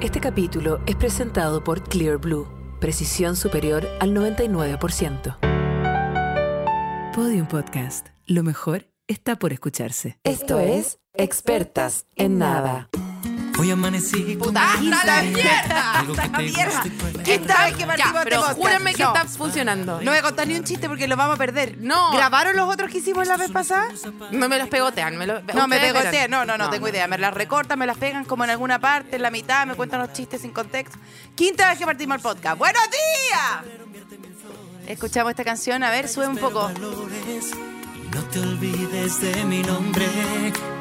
Este capítulo es presentado por Clear Blue, precisión superior al 99%. Podium Podcast, lo mejor está por escucharse. Esto es Expertas en Nada. Hoy amanecí con ¡Puta, hasta la mierda! algo que ¡Hasta te pues, la mierda! gusta y puede- Esta vez que Ya, partimos pero este podcast. júrame que no. está funcionando. No voy a contar ni un chiste porque lo vamos a perder. No. ¿Grabaron los otros que hicimos la vez pasada? No me los pegotean. Me lo- No, me ustedes verán. pegoteé. No, no, no, tengo idea. Me las recortan, me las pegan como en alguna parte, en la mitad, me cuentan los chistes sin contexto. Quinta vez que partimos el podcast. ¡Buenos días! Escuchamos esta canción, a ver, sube un poco. valores y no te olvides de mi nombre.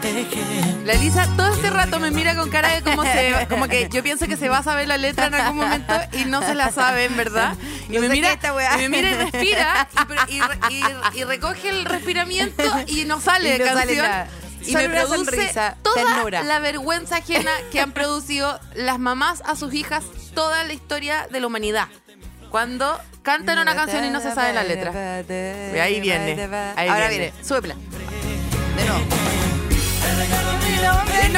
Deje. La Elisa todo este rato me mira con cara de como, se, como que yo pienso que se va a saber la letra en algún momento y no se la sabe, en verdad. Y No me sé mira, qué esta weá. y me mira y respira y, pre- y re- y- y recoge el respiramiento y no sale Y no de sale canción. nada. y Solo me una produce sonrisa, toda ternura. la vergüenza ajena que han producido las mamás a sus hijas toda la historia de la humanidad. Cuando cantan una canción y no se sabe la letra. Y ahí viene, ahí Ahora viene. viene, súbela. De nuevo. Y no canta, y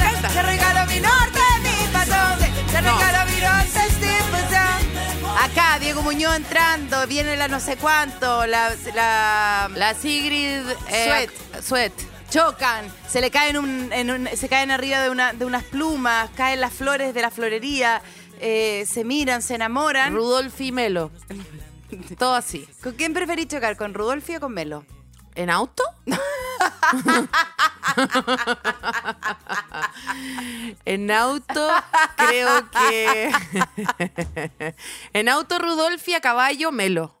no canta. Te regalo mi norte, mi patrón. Te No. regalo mi norte, Steve Acá, Diego Muñoz entrando, viene la no sé cuánto, la. la, La Sigrid eh, Suet. Chocan, se le caen un- en un- se caen arriba de, una, de unas plumas, caen las flores de la florería, eh, se miran, se enamoran. Rudolfi Melo. Todo así. ¿Con quién preferís chocar? ¿Con Rudolfi o con Melo? ¿En auto? en auto, creo que. en auto, Rudolfi, a caballo, Melo.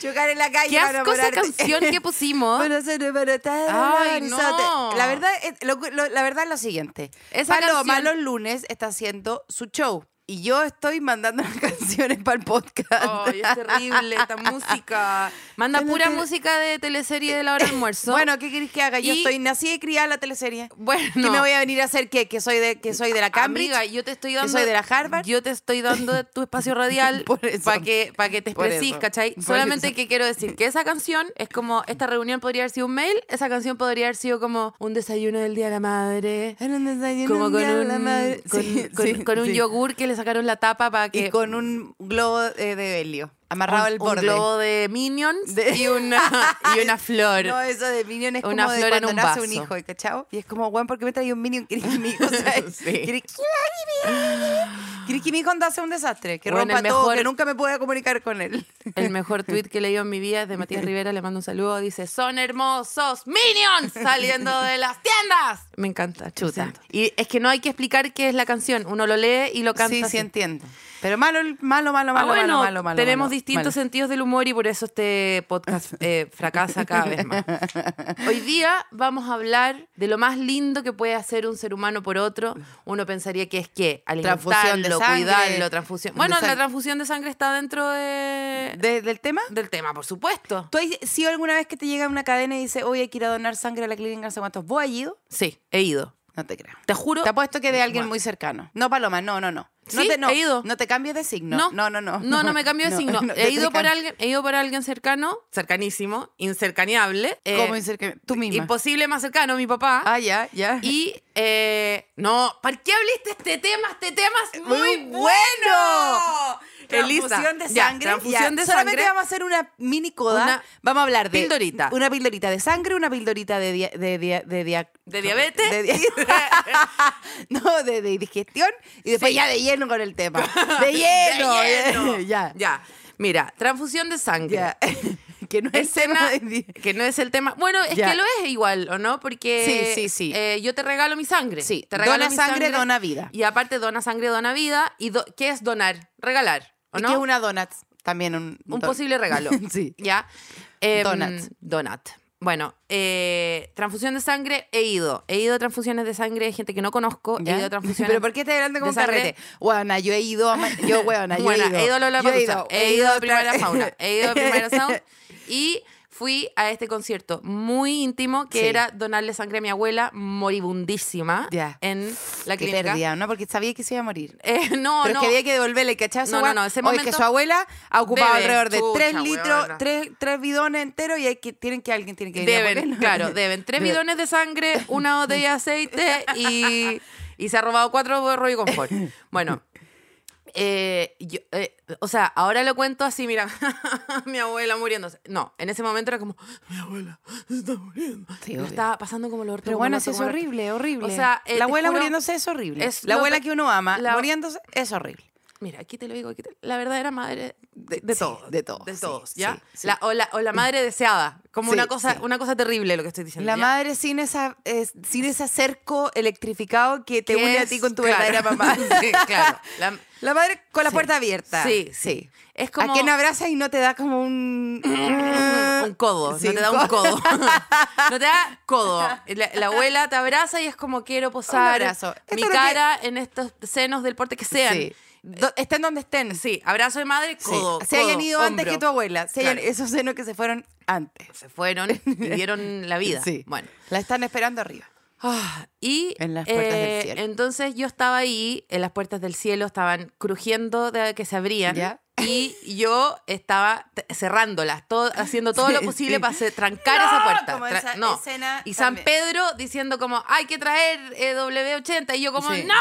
Chocar en la calle. Qué para asco esa enamorarte. canción que pusimos. Bueno, se nos van a estar Ay, al horizonte. no. La verdad es lo, lo- la verdad es lo siguiente. Esa Paloma canción- los lunes está haciendo su show y yo estoy mandando las canciones para el podcast. Ay, es terrible esta música. Manda Pero pura te- música de teleserie de la hora del almuerzo. este Bueno, ¿qué querés que haga? Yo Y- estoy nací y criada en la teleserie. bueno. ¿Qué me voy a venir a hacer? ¿Qué? ¿Que soy de, que soy de la Cambridge? Amiga, yo te estoy dando. soy de la Harvard. Yo te estoy dando tu espacio radial Por eso. para que, pa' que te Por expresís, eso. ¿cachai? Por Solamente eso. que quiero decir que esa canción es como. Esta reunión podría haber sido un mail, esa canción podría haber sido como un desayuno del Día de la Madre. Era un desayuno Como con día de la un, madre. con, Sí, con- sí, con un sí. yogur que le sacaron la tapa para que. Y con un globo eh, de helio amarrado un- al borde. Un globo de Minions De- y, una, y una flor. No, eso de Minion es Una como de flor en cuando un nace vaso. un hijo, ¿cachao? Y es como, weón, ¿por qué me trae un Minion? ¿Quieres que mi hijo sea- Sí. ¿Quieres que- ¿Quieres que mi hijo ande a hacer un desastre? Que Bueno, el rompa todo, mejor- que nunca me pueda comunicar con él. El mejor tweet que he leído en mi vida es de Matías Rivera, le mando un saludo, dice, son hermosos minions saliendo de las tiendas. Me encanta, chuta. Y es que no hay que explicar qué es la canción, uno lo lee y lo canta. sí, sí así. entiendo. Pero malo, el- malo, malo, Ah, malo, bueno, malo, malo, malo. tenemos malo, distintos malo. sentidos del humor y por eso este podcast eh, fracasa cada vez más. Hoy día vamos a hablar de lo más lindo que puede hacer un ser humano por otro. Uno pensaría que es que Transfusión de alimentarlo, sangre. cuidarlo, transfusión. De Bueno, la sangre. transfusión de sangre está dentro de- ¿De- ¿Del tema? del tema, por supuesto. ¿Tú has sido alguna vez que te llega una cadena y dice, oye, hay que ir a donar sangre a la clínica, no sé cuántos? ¿Vos has ido? Sí, he ido. No te creo. Te juro. Te apuesto que de alguien muy cercano. No, Paloma, no, no, no. No Sí, te, no, he ido. No te cambies de signo. no, no. No, no, me cambio de No, signo. no he te ido por cambies. alguien, he ido por alguien cercano, cercanísimo, incercaneable. eh, ¿Cómo dice que tú misma? Imposible más cercano, mi papá. ah, ya, ya. Y eh, no, ¿para qué habliste este tema? Este tema es muy, bueno. Elisa, Transfusión de ya, sangre. transfusión ya. de Solamente sangre. vamos a hacer una mini coda. Una vamos a hablar de. pildorita. Una pildorita de sangre, una pildorita de. dia- de, dia- de, dia- De diabetes. de dia- no, de, de digestión. Y después Sí. ya de lleno con el tema. De De lleno. lleno. ya. Ya. Mira, transfusión de sangre. ya. que no es escena tema de- que no es el tema. Bueno, es Ya. que lo es igual, ¿o no? Porque Sí, sí, sí. eh, yo te regalo mi sangre. Sí, te regalo dona mi sangre, dona vida. Y aparte, dona sangre, dona vida. ¿Y do- qué es donar? Regalar, ¿o Y no? que es una donut. También un. Un don- posible regalo. sí. ¿Ya? Em, Donut. Donut. Bueno, eh, transfusión de sangre he ido. He ido a transfusiones de sangre de gente que no conozco. ¿Ya? He ido a transfusiones. ¿Pero por qué estás hablando como de un sangre? carrete? Huevona, yo he ido a... ma- Yo, huevona, yo Bueno, he ido. he ido a Yo he Lollapalooza, ido, he ido a otra- Primera Fauna, he ido a Primera Sound y fui a este concierto muy íntimo que Sí. era donarle sangre a mi abuela moribundísima Ya. en la Qué clínica. pérdida, ¿no? Porque sabía que se iba a morir. Eh, no, Pero es no. que había que devolverle, ¿cachai? No, no, no, ese es momento- que su abuela ha ocupado Deben, alrededor de chucha, tres litros, huevona. tres, tres bidones enteros y hay que, tienen que alguien tiene que venir a Deben, ponerlo. claro, deben. Tres bidones de sangre, una botella de aceite y, Y se ha robado cuatro borro y confort. Bueno. eh, yo, eh, o sea, ahora lo cuento así, mira, mi abuela muriéndose. No, en ese momento era como, mi abuela se está muriendo. Sí, Lo obvio. estaba pasando como lo Pero bueno, sí es horrible, horrible. O sea, eh, te la abuela juro- muriéndose es horrible. es la lo abuela pe- que uno ama la- muriéndose es horrible. Mira, aquí te lo digo, aquí te- la verdadera madre de, de Sí, todos. de todos, De sí, todos, sí, ¿ya? sí. La- o, la, o la madre deseada. Como Sí, una, cosa, sí. una cosa terrible lo que estoy diciendo. La ¿ya? madre sin, esa, es- sin ese cerco electrificado que te Que une a es- ti con tu claro. verdadera mamá. sí, claro. La- La madre con la Sí. puerta abierta. Sí, sí. Es como. A quien abraza y no te da como un... un codo, Ah, Sí, no te da un codo. no te da codo. La, la abuela te abraza y es como quiero posar abrazo. Esto mi es lo que- cara en estos senos del porte que sean. Sí. Sí. Do- estén donde estén. abrazo de madre, codo. Se hayan codo, ido antes hombro. que tu abuela. Se hayan- Claro. Esos senos que se fueron antes. Se fueron y dieron la vida. Sí. Bueno. La están esperando arriba. Ah, y En las puertas del eh, cielo. Entonces yo estaba ahí, en las puertas del cielo estaban crujiendo de que se abrían. Ya. Y yo estaba t- cerrándolas, todo, haciendo todo Sí, lo posible sí. para se- trancar No, esa puerta. como Tra- esa no. escena y San también. Pedro diciendo como, hay que traer eh, W80. Y yo como, Sí. no,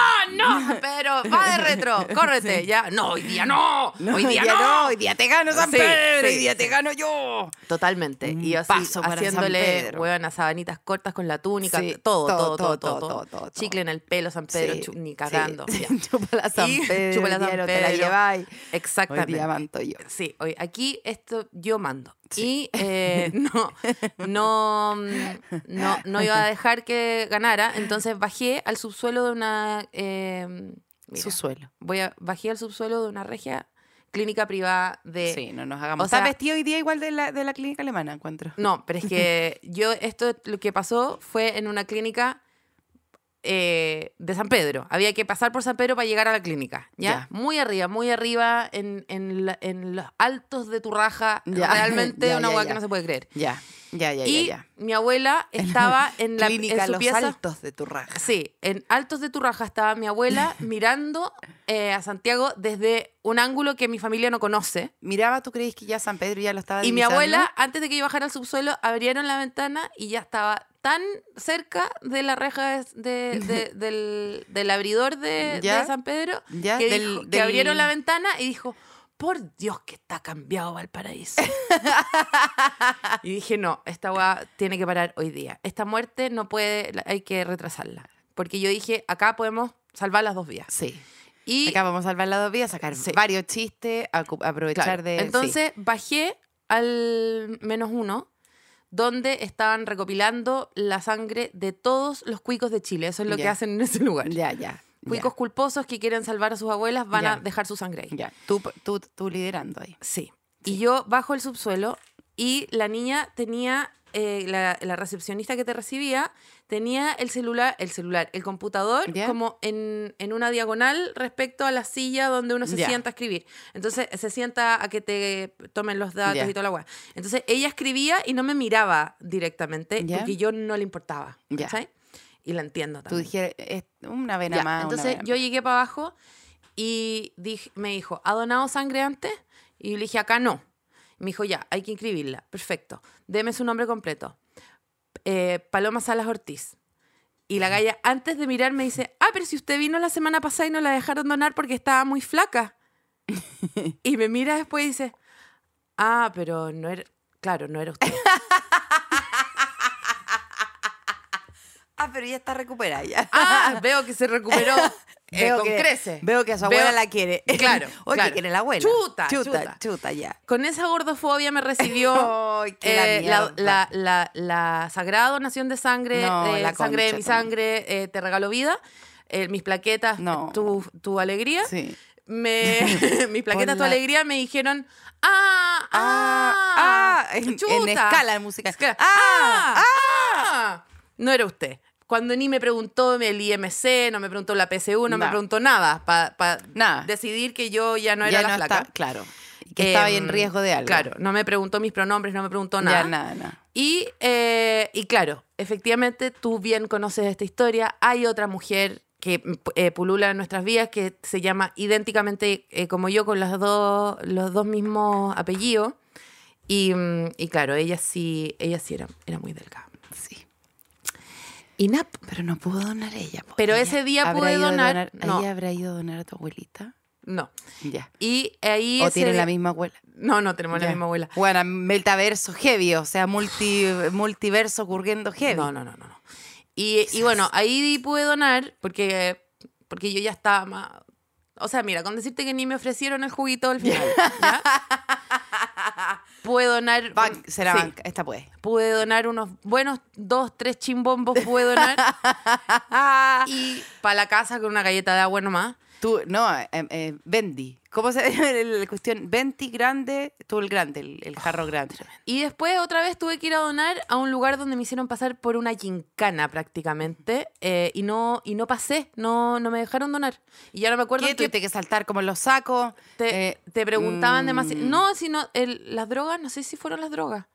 no, San Pedro, va de retro, córrete. Ya, no, hoy día no, hoy día, no. Hoy día te gano, San Sí, Pedro. sí, hoy día sí. te gano yo. Totalmente. Y Un así, paso para San haciéndole, Pedro. huevan, a sabanitas cortas con la túnica, Sí, todo, todo, todo, todo, todo, todo, todo, todo, todo, todo. Chicle en el pelo, San Pedro, Sí, chu- ni sí. cagando. ya. Chúpala San Y- Pedro. chúpala hoy día San no te la Pedro. lleváis. Hoy Exactamente. día manto yo. Sí, hoy, aquí esto yo mando. Y eh, no, no, mm, no, no iba a dejar que ganara, entonces bajé al subsuelo de una... eh, mira, suelo. voy a, bajé al subsuelo de una regia clínica privada de... Sí, no nos hagamos. Eh, o sea- Está vestido hoy día igual de la, de la clínica alemana, encuentro. No, pero es que yo, esto lo que pasó fue en una clínica eh, de San Pedro. Había que pasar por San Pedro para llegar a la clínica, ¿ya? Ya. Muy arriba, muy arriba, en, en la- en los altos de tu raja. Ya. Realmente Ya, una ya, hueá ya. que no se puede creer. Ya, ya, ya, Mm. y ya. ya. mi abuela estaba en la clínica en su Los pieza. Altos de tu raja. Sí, en Altos de tu raja estaba mi abuela mirando eh, a Santiago desde un ángulo que mi familia no conoce. Miraba, ¿tú crees que ya San Pedro ya lo estaba Y mi divisando? abuela, antes de que yo bajara al subsuelo, abrieron la ventana y ya estaba tan cerca de la reja de- de- de- del, del abridor de, Ya. de San Pedro Ya, que, del- dijo- que del- abrieron la ventana y dijo, por Dios que está cambiado Valparaíso. y dije, no, esta weá tiene que parar hoy día. Esta muerte no puede, la- hay que retrasarla. Porque yo dije, acá podemos salvar las dos vías. Sí. Y Acá vamos a salvar la dos vías, sacar Sí. varios chistes, acu- aprovechar Claro. de. sí. Entonces bajé al menos uno, donde estaban recopilando la sangre de todos los cuicos de Chile. Eso es lo que Ya. hacen en ese lugar. Ya, ya. Cuicos culposos que quieren salvar a sus abuelas van a Ya. dejar su sangre ahí. Ya, ya. Tú, tú, tú liderando ahí. Sí. Y yo bajo el subsuelo y la niña tenía, eh, la, la recepcionista que te recibía, tenía el celular, el celular, el computador Ya. como en, en una diagonal respecto a la silla donde uno se Ya. sienta a escribir. Entonces se sienta a que te tomen los datos Ya. y toda la weá. Entonces ella escribía y no me miraba directamente Ya. porque yo no le importaba. Ya. ¿cachai? Y la entiendo Tú también. dijeras, es una vena Ya, más. una Entonces vena yo más. llegué para abajo y dij- me dijo, ¿ha donado sangre antes? Y yo le dije, acá no. Me dijo, ya, hay que inscribirla. Perfecto. Deme su nombre completo. Eh, Paloma Salas Ortiz. Y la galla, antes de mirar, me dice, ah, pero si usted vino la semana pasada y no la dejaron donar porque estaba muy flaca. y me mira después y dice, ah, pero no era, claro, no era usted. Ah, pero ya está recuperada ya. ah, veo que se recuperó. eh, Veo con que- crece. Veo que a su Veo- abuela la quiere. Claro, Oye, claro. quiere la abuela. Chuta, chuta, chuta. chuta, ya. Con esa gordofobia me recibió Ay, qué Eh, la, mierda. la, la- la sagrada donación de sangre, No, eh, la sangre de concha mi tu sangre, eh, te regalo vida, eh, mis plaquetas, No. tu, tu alegría. Sí. Me, mis plaquetas, tu la- alegría me dijeron, ah, ah, Ah, ah, en, chuta. en escala musical. Es que, ah, ah, ah, no era usted. Cuando ni me preguntó el IMC, no me preguntó la PSU, no, me No. preguntó nada para Nada. decidir que yo ya no ya era la no flaca. está- claro. Que estaba en Em, riesgo de algo. Claro, no me preguntó mis pronombres, no me preguntó nada. Ya, nada, nada. Y, eh, y claro, efectivamente tú bien conoces esta historia. Hay otra mujer que mm, pu- eh, pulula en nuestras vías que se llama idénticamente eh, como yo, con las dos, los dos mismos apellidos. Y, mm, y claro, ella sí, ella sí era, era muy delgada. Sí. INAP. Pero no pudo donar ella. po. Pero Ella ese día habrá pude ido a donar- no. ¿Ella habrá ido a donar a tu abuelita? No. Ya. Y ahí. ¿O ese tiene día- la misma abuela? No, no tenemos la Ya. misma abuela. Bueno, metaverso heavy, o sea, multi, multiverso ocurriendo heavy. No, no, no, no. no. Y, y bueno, ahí pude donar porque, porque yo ya estaba más... O sea, mira, con decirte que ni me ofrecieron el juguito al final. ¿ya? pude donar... Ban- será Mm, sí, banca, esta puede. Pude donar unos buenos dos, tres chimbombos pude donar. y para la casa con una galleta de agua nomás. Tú, no, eh, eh, Bendy. ¿Cómo se la cuestión? Bendy grande, tú el grande, el, el Oh, jarro grande. Y después otra vez tuve que ir a donar a un lugar donde me hicieron pasar por una gincana prácticamente. eh, y, no, y no pasé, no, no me dejaron donar. Y ya no me acuerdo ¿Qué? en Tuviste que saltar como en los sacos. Te, eh, te preguntaban demasiado. mm, No, sino el- las drogas, no sé si fueron las drogas.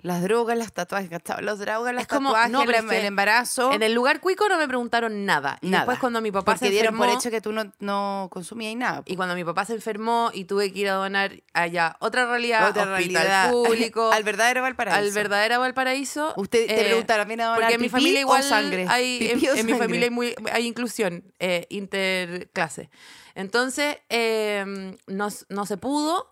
Las drogas, las tatuajes, ¿cachai? Las drogas, las Es como- tatuajes, no, pero el, es que el embarazo. En el lugar cuico no me preguntaron nada. Y Oh. nada. después cuando mi papá Porque se dieron enfermó, por hecho que tú no, no consumías nada. y cuando mi papá se enfermó y tuve que ir a donar allá otra realidad, Otra hospital realidad. público, al verdadero Valparaíso. al verdadero Valparaíso. Usted te eh, preguntaron, ¿viene a donar porque en mi pipí familia o igual sangre? hay en, ¿Pipí o en mi sangre? familia hay, muy- hay inclusión eh, interclase. Entonces eh, no, s- no se pudo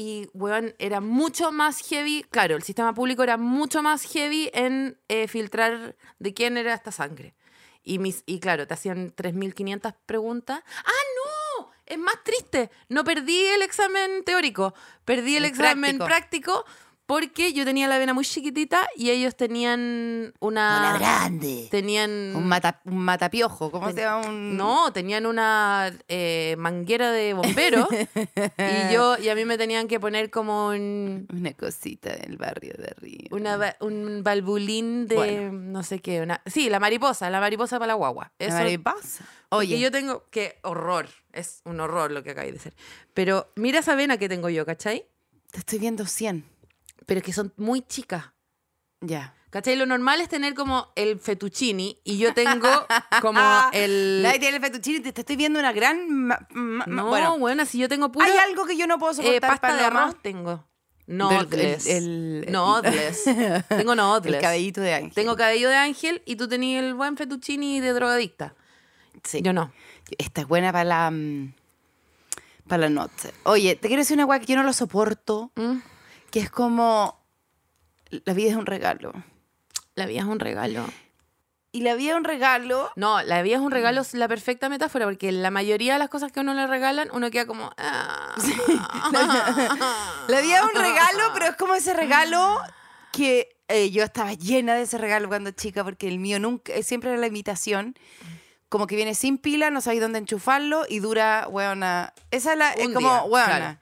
y weón, era mucho más heavy, claro, el sistema público era mucho más heavy en eh, filtrar de quién era esta sangre. Y, mis, y claro, te hacían 3.500 preguntas. ¡Ah, no! Es más triste. No perdí el examen teórico, perdí el, El examen práctico. práctico porque yo tenía la vena muy chiquitita y ellos tenían una. Una grande. Tenían. Un, mata- un matapiojo, ¿cómo se llama? Un... No, tenían una eh, manguera de bombero y yo y a mí me tenían que poner como un Una cosita del barrio de arriba. una va- un valvulín de Bueno. no sé qué, una sí, la mariposa, la mariposa para la guagua. La Eso mariposa. porque Oye, yo tengo que horror, es un horror lo que acabáis de decir. Pero mira esa vena que tengo yo, ¿cachai? te estoy viendo 100. Pero que son muy chicas. Ya. ¿Cachai? Lo normal es tener como el fettuccini y yo tengo como Ah, el... Nadie tiene el fettuccine, te, te estoy viendo una gran... ma- ma- ma- No, bueno, buena, si yo tengo pura hay algo que yo no puedo eh, soportar, pasta de Paloma. arroz tengo. No, Del- el- el- tengo El noodles. cabellito de ángel. Tengo cabello de ángel y tú tenías el buen fettuccini de drogadicta. Sí. Yo no. Esta es buena para la... mm, Para la noche. Oye, te quiero decir una guay que yo no lo soporto, que es como... La vida es un regalo. La vida es un regalo. Y la vida es un regalo... No, la vida es un regalo, es la perfecta metáfora, porque la mayoría de las cosas que a uno le regalan, uno queda como. ah, La vida es un regalo, pero es como ese regalo que eh, yo estaba llena de ese regalo cuando chica, porque el mío nunca, eh, siempre era la imitación. Como que viene sin pila, no sabéis dónde enchufarlo y dura, weona. Esa es, la, es Un como, día, weona, claro.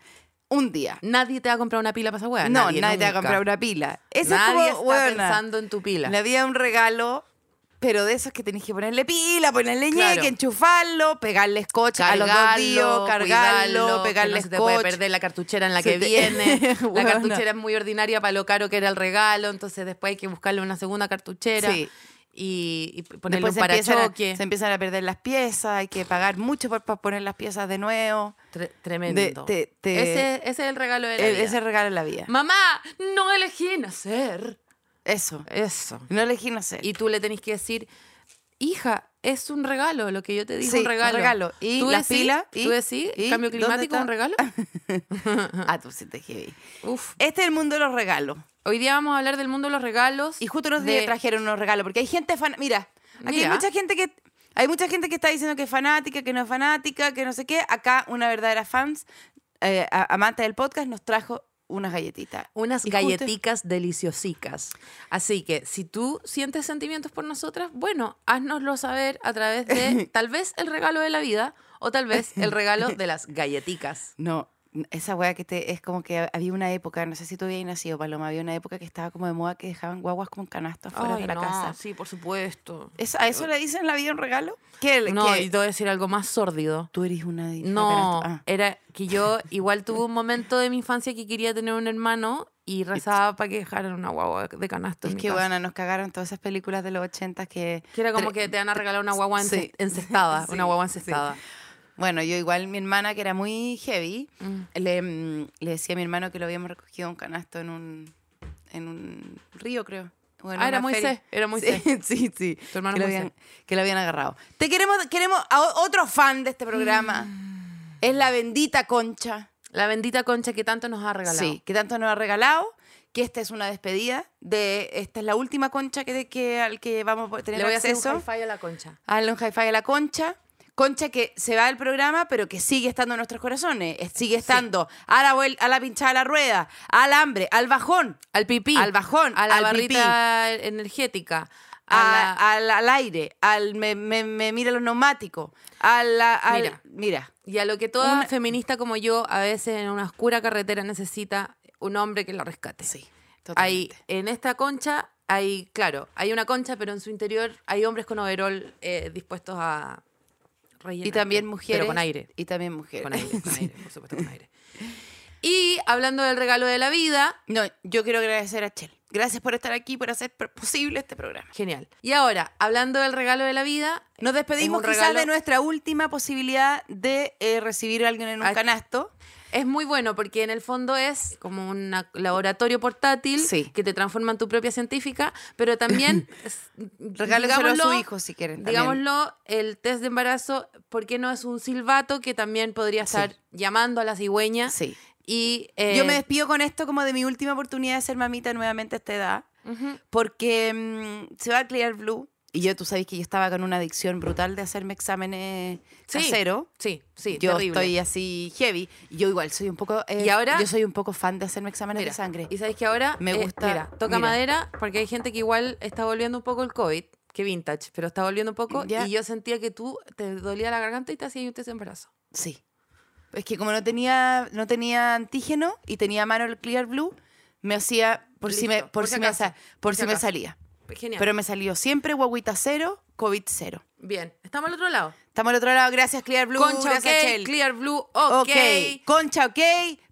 un día. Nadie te va a comprar una pila para esa hueá. no, nadie te va a nunca. comprar una pila. Eso Nadie es está como, weona. pensando en tu pila. La vida es un regalo, pero de esos que tenés que ponerle pila, ponerle Claro. ñeque, enchufarlo, pegarle scotch a los dos Cargarlo, días, cargarlo, cuidarlo, que pegarle no se te scotch. puede perder la cartuchera en la Se que te- viene. La Bueno. cartuchera es muy ordinaria para lo caro que era el regalo, entonces después hay que buscarle una segunda cartuchera Sí. y, y ponerle Después se un empiezan, a, parachoque. se em- empiezan a perder las piezas, hay que pagar mucho por, para poner las piezas de nuevo. Tre- tremendo. te- te- ese, ese es el regalo de la E- vida. ese regalo es la vida. Mamá, no elegí nacer. Eso. Eso. No elegí nacer. Y tú le tenés que decir, hija, es un regalo, lo que yo te dije, Sí, un regalo. un regalo. ¿Y tú las decís, pilas? ¿Y? tú decís, ¿Y? cambio ¿Dónde climático, está? un regalo. ah, tú sí te heavy. Uf. Este es el mundo de los regalos. Hoy día vamos a hablar del mundo de los regalos. Y justo nos de- trajeron unos regalos, porque hay gente fan... Mira, aquí Ya. hay mucha gente que... Hay mucha gente que está diciendo que es fanática, que no es fanática, que no sé qué. Acá una verdadera fans, eh, a- amante del podcast, nos trajo unas galletitas. unas Y justo- galletitas deliciosicas. Así que si tú sientes sentimientos por nosotras, bueno, háznoslo saber a través de tal vez el regalo de la vida o tal vez el regalo de las galletitas. No, n- esa weá que te, es como que ha- había una época, no sé si tú habías nacido, Paloma, había una época que estaba como de moda que dejaban guaguas con canastos fuera Ay, de la no, casa. Sí, por supuesto. ¿Eso- ¿A eso le dicen la vida un regalo? ¿Qué, el- No, qué? y te voy a decir algo más sórdido. tú eres una hija de No, canasto. Ah. era que yo igual tuve un momento de mi infancia que quería tener un hermano y rezaba para que dejaran una guagua de canasto. en Es mi que, casa. bueno, nos cagaron todas esas películas de los 80 que... Que era como tre- que te van a regalar una guagua ence- Sí. encestada, Sí, una guagua sí. encestada. Bueno, yo igual, mi hermana, que era muy heavy, le, mm, le decía a mi hermano que lo habíamos recogido un canasto en un, en un río, creo. Bueno, Ah, era una Moisés, feria. era Moisés. Sí, sí, sí. Tu hermano que, lo Moisés. habían, que lo habían agarrado. Te queremos, queremos a o- otro fan de este programa. Mm. Es la bendita Concha. La bendita concha que tanto nos ha regalado. Sí, que tanto nos ha regalado. Que esta es una despedida. de Esta es la última concha que, de, que, al que vamos a tener Le voy a hacer acceso. un hi-fi a la concha. Hazle un hi-fi a la concha. Concha que se va del programa, pero que sigue estando en nuestros corazones. eh, Sigue estando a, la, vuel- a la pinchada de la rueda, al hambre, al bajón, Al pipí. Al bajón, A la al barrita energética. a- A la- al, al aire, al me, me- me mira los neumáticos, a la- al- Mira. mira. y a lo que toda Una- feminista como yo, a veces en una oscura carretera, necesita un hombre que la rescate. Sí, Hay, totalmente. en esta concha hay, claro, hay una concha, pero en su interior hay hombres con overol eh, dispuestos a rellenar. y también mujeres. Pero con aire. Y también mujeres. Con aire, con Sí. aire, por supuesto, con aire. Y hablando del regalo de la vida, No, yo quiero agradecer a Chel. Gracias por estar aquí, por hacer pr- posible este programa. genial. Y ahora, hablando del regalo de la vida, Nos despedimos Es un quizás regalo. de nuestra última posibilidad de eh, recibir a alguien en un Ah, canasto. Es muy bueno porque en el fondo es como un laboratorio portátil Sí. que te transforma en tu propia científica, pero también es- Regálenselo a su digámoslo- hijo si quieren. también. Digámoslo, el test de embarazo, ¿por qué no es un silbato que también podría Sí. estar llamando a la cigüeña? Sí. Y, eh, Yo me despido con esto como de mi última oportunidad de ser mamita nuevamente a esta edad, ujú, porque mm, se va a Clear Blue y yo, tú sabes que yo estaba con una adicción brutal de hacerme exámenes Sí, casero. Sí, sí, yo terrible. estoy así heavy. Y Yo igual soy un poco. eh, ¿Y ahora? Yo soy un poco fan de hacerme exámenes Mira, de sangre. Y sabéis que ahora Me eh, gusta- mira, toca mira. madera porque hay gente que igual está volviendo un poco el COVID, que vintage, pero está volviendo un poco Ya. y yo sentía que tú te dolía la garganta y te hacías un test de embarazo. Sí. Es que como no tenía, no tenía antígeno y tenía a mano el Clear Blue, me hacía por si me, Listo, por por si si me, acaso, sa- por por si si me acaso. salía. Genial. Pero me salió siempre guaguita cero, COVID cero. Bien, estamos al otro lado. Estamos al otro lado. Gracias, Clear Blue. Concha, ok, Gracias, Chel. Clear Blue, ok. ok. Concha, ok.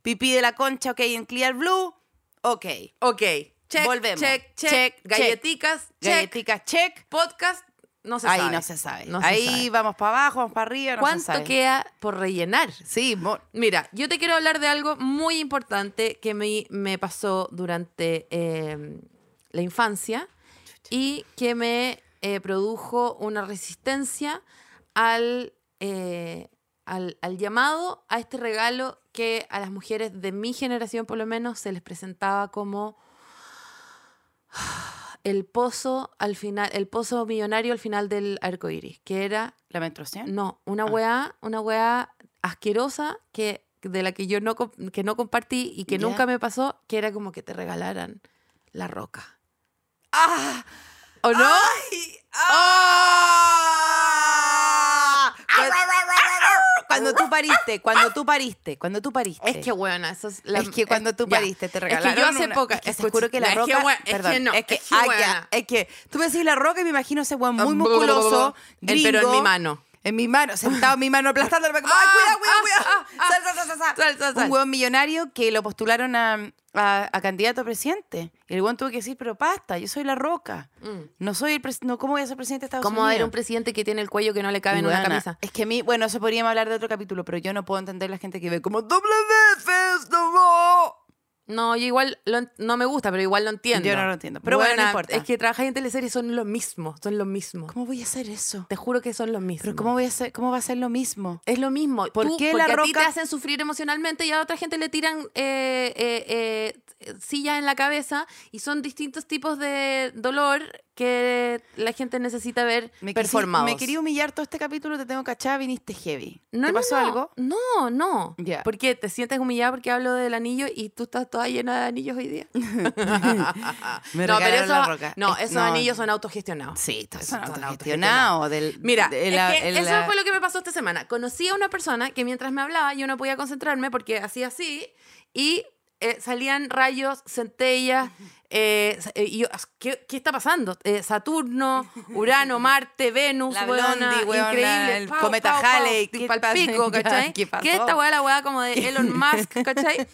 Pipí de la concha, ok, en Clear Blue. Ok. Ok. Check, Volvemos. Check, check. Check, check. Galletitas, check. Galletica, check. Podcast, no se Ahí sabe. no se sabe. No se Ahí sabe. vamos para abajo, vamos para arriba. No se ¿Cuánto sabe. queda por rellenar? Sí, mo- Mira, yo te quiero hablar de algo muy importante que me, me pasó durante eh, la infancia y que me eh, produjo una resistencia al, eh, al, al llamado a este regalo que a las mujeres de mi generación por lo menos se les presentaba como el pozo al final, el pozo millonario al final del arco iris, que era la menstruación. no, una Ah. weá, una weá asquerosa que de la que yo no com- que no compartí y que Ya. nunca me pasó, que era como que te regalaran la roca. ¡Ah! ¿O no? ¡Oh! ¡Ah! Cuando tú pariste, cuando tú pariste, cuando tú pariste. Es que weona, eso es la- eh, es que cuando tú ya. pariste te regalaron Es que yo hace una- poca, es que te escucha, juro que la es roca que, wea- perdón, es que no, es que, ah, ya, weona, es que tú me decís la roca y me imagino ese weón muy Ah, musculoso el pero en gringo, mi mano. en mi mano sentado en mi mano aplastándole como ay Ah, cuidado cuidado ah, cuidado ah, sal, sal, sal, sal, sal". Sal, sal, sal. un weón millonario que lo postularon a, a- a candidato a presidente y el weón tuvo que decir pero pasta yo soy la roca Mm. no soy el pres- no, ¿cómo voy a ser presidente de Estados Como Unidos? era un presidente que tiene el cuello que no le cabe en una Weona, camisa. Es que a mí, bueno, eso podríamos hablar de otro capítulo, pero yo no puedo entender la gente que ve como doble veces, no. No, yo igual lo en- no me gusta, pero igual lo entiendo. Yo no lo entiendo, pero bueno, no Weona, importa. Es que trabajar en teleseries son lo mismo, son lo mismo. ¿Cómo voy a hacer eso? Te juro que son lo mismo. Pero ¿cómo voy a hacer, cómo va a ser lo mismo? Es lo mismo. ¿Por Tú- qué porque la a ti te roca- hacen sufrir emocionalmente y a otra gente le tiran eh, eh, eh, sillas en la cabeza y son distintos tipos de dolor que la gente necesita ver Me quisi- performados. me quería humillar todo este capítulo, te tengo cachada, viniste heavy. No, ¿Te no, pasó no. algo? No, no. Ya. Porque te sientes humillada porque hablo del anillo y tú estás toda llena de anillos hoy día. no, pero regalaron eso, la roca. no, Es- esos no. autogestionados son autogestionados. Sí, todo Son son autogestionados. autogestionados. del- Mira, de es la- que el- eso la- fue lo que me pasó esta semana. Conocí a una persona que mientras me hablaba yo no podía concentrarme porque hacía así y eh, salían rayos, centellas. eh, sa- eh, y yo, as- ¿qué, qué está pasando? Eh, Saturno, Urano, Marte, Venus, La weona, Blondie, weona, increíble. el cometa Halley, ¿qué pal pasa? pico, Ya, ¿cachai? ¿qué pasó? Que esta weá, la weá como de Elon Musk, ¿cachai?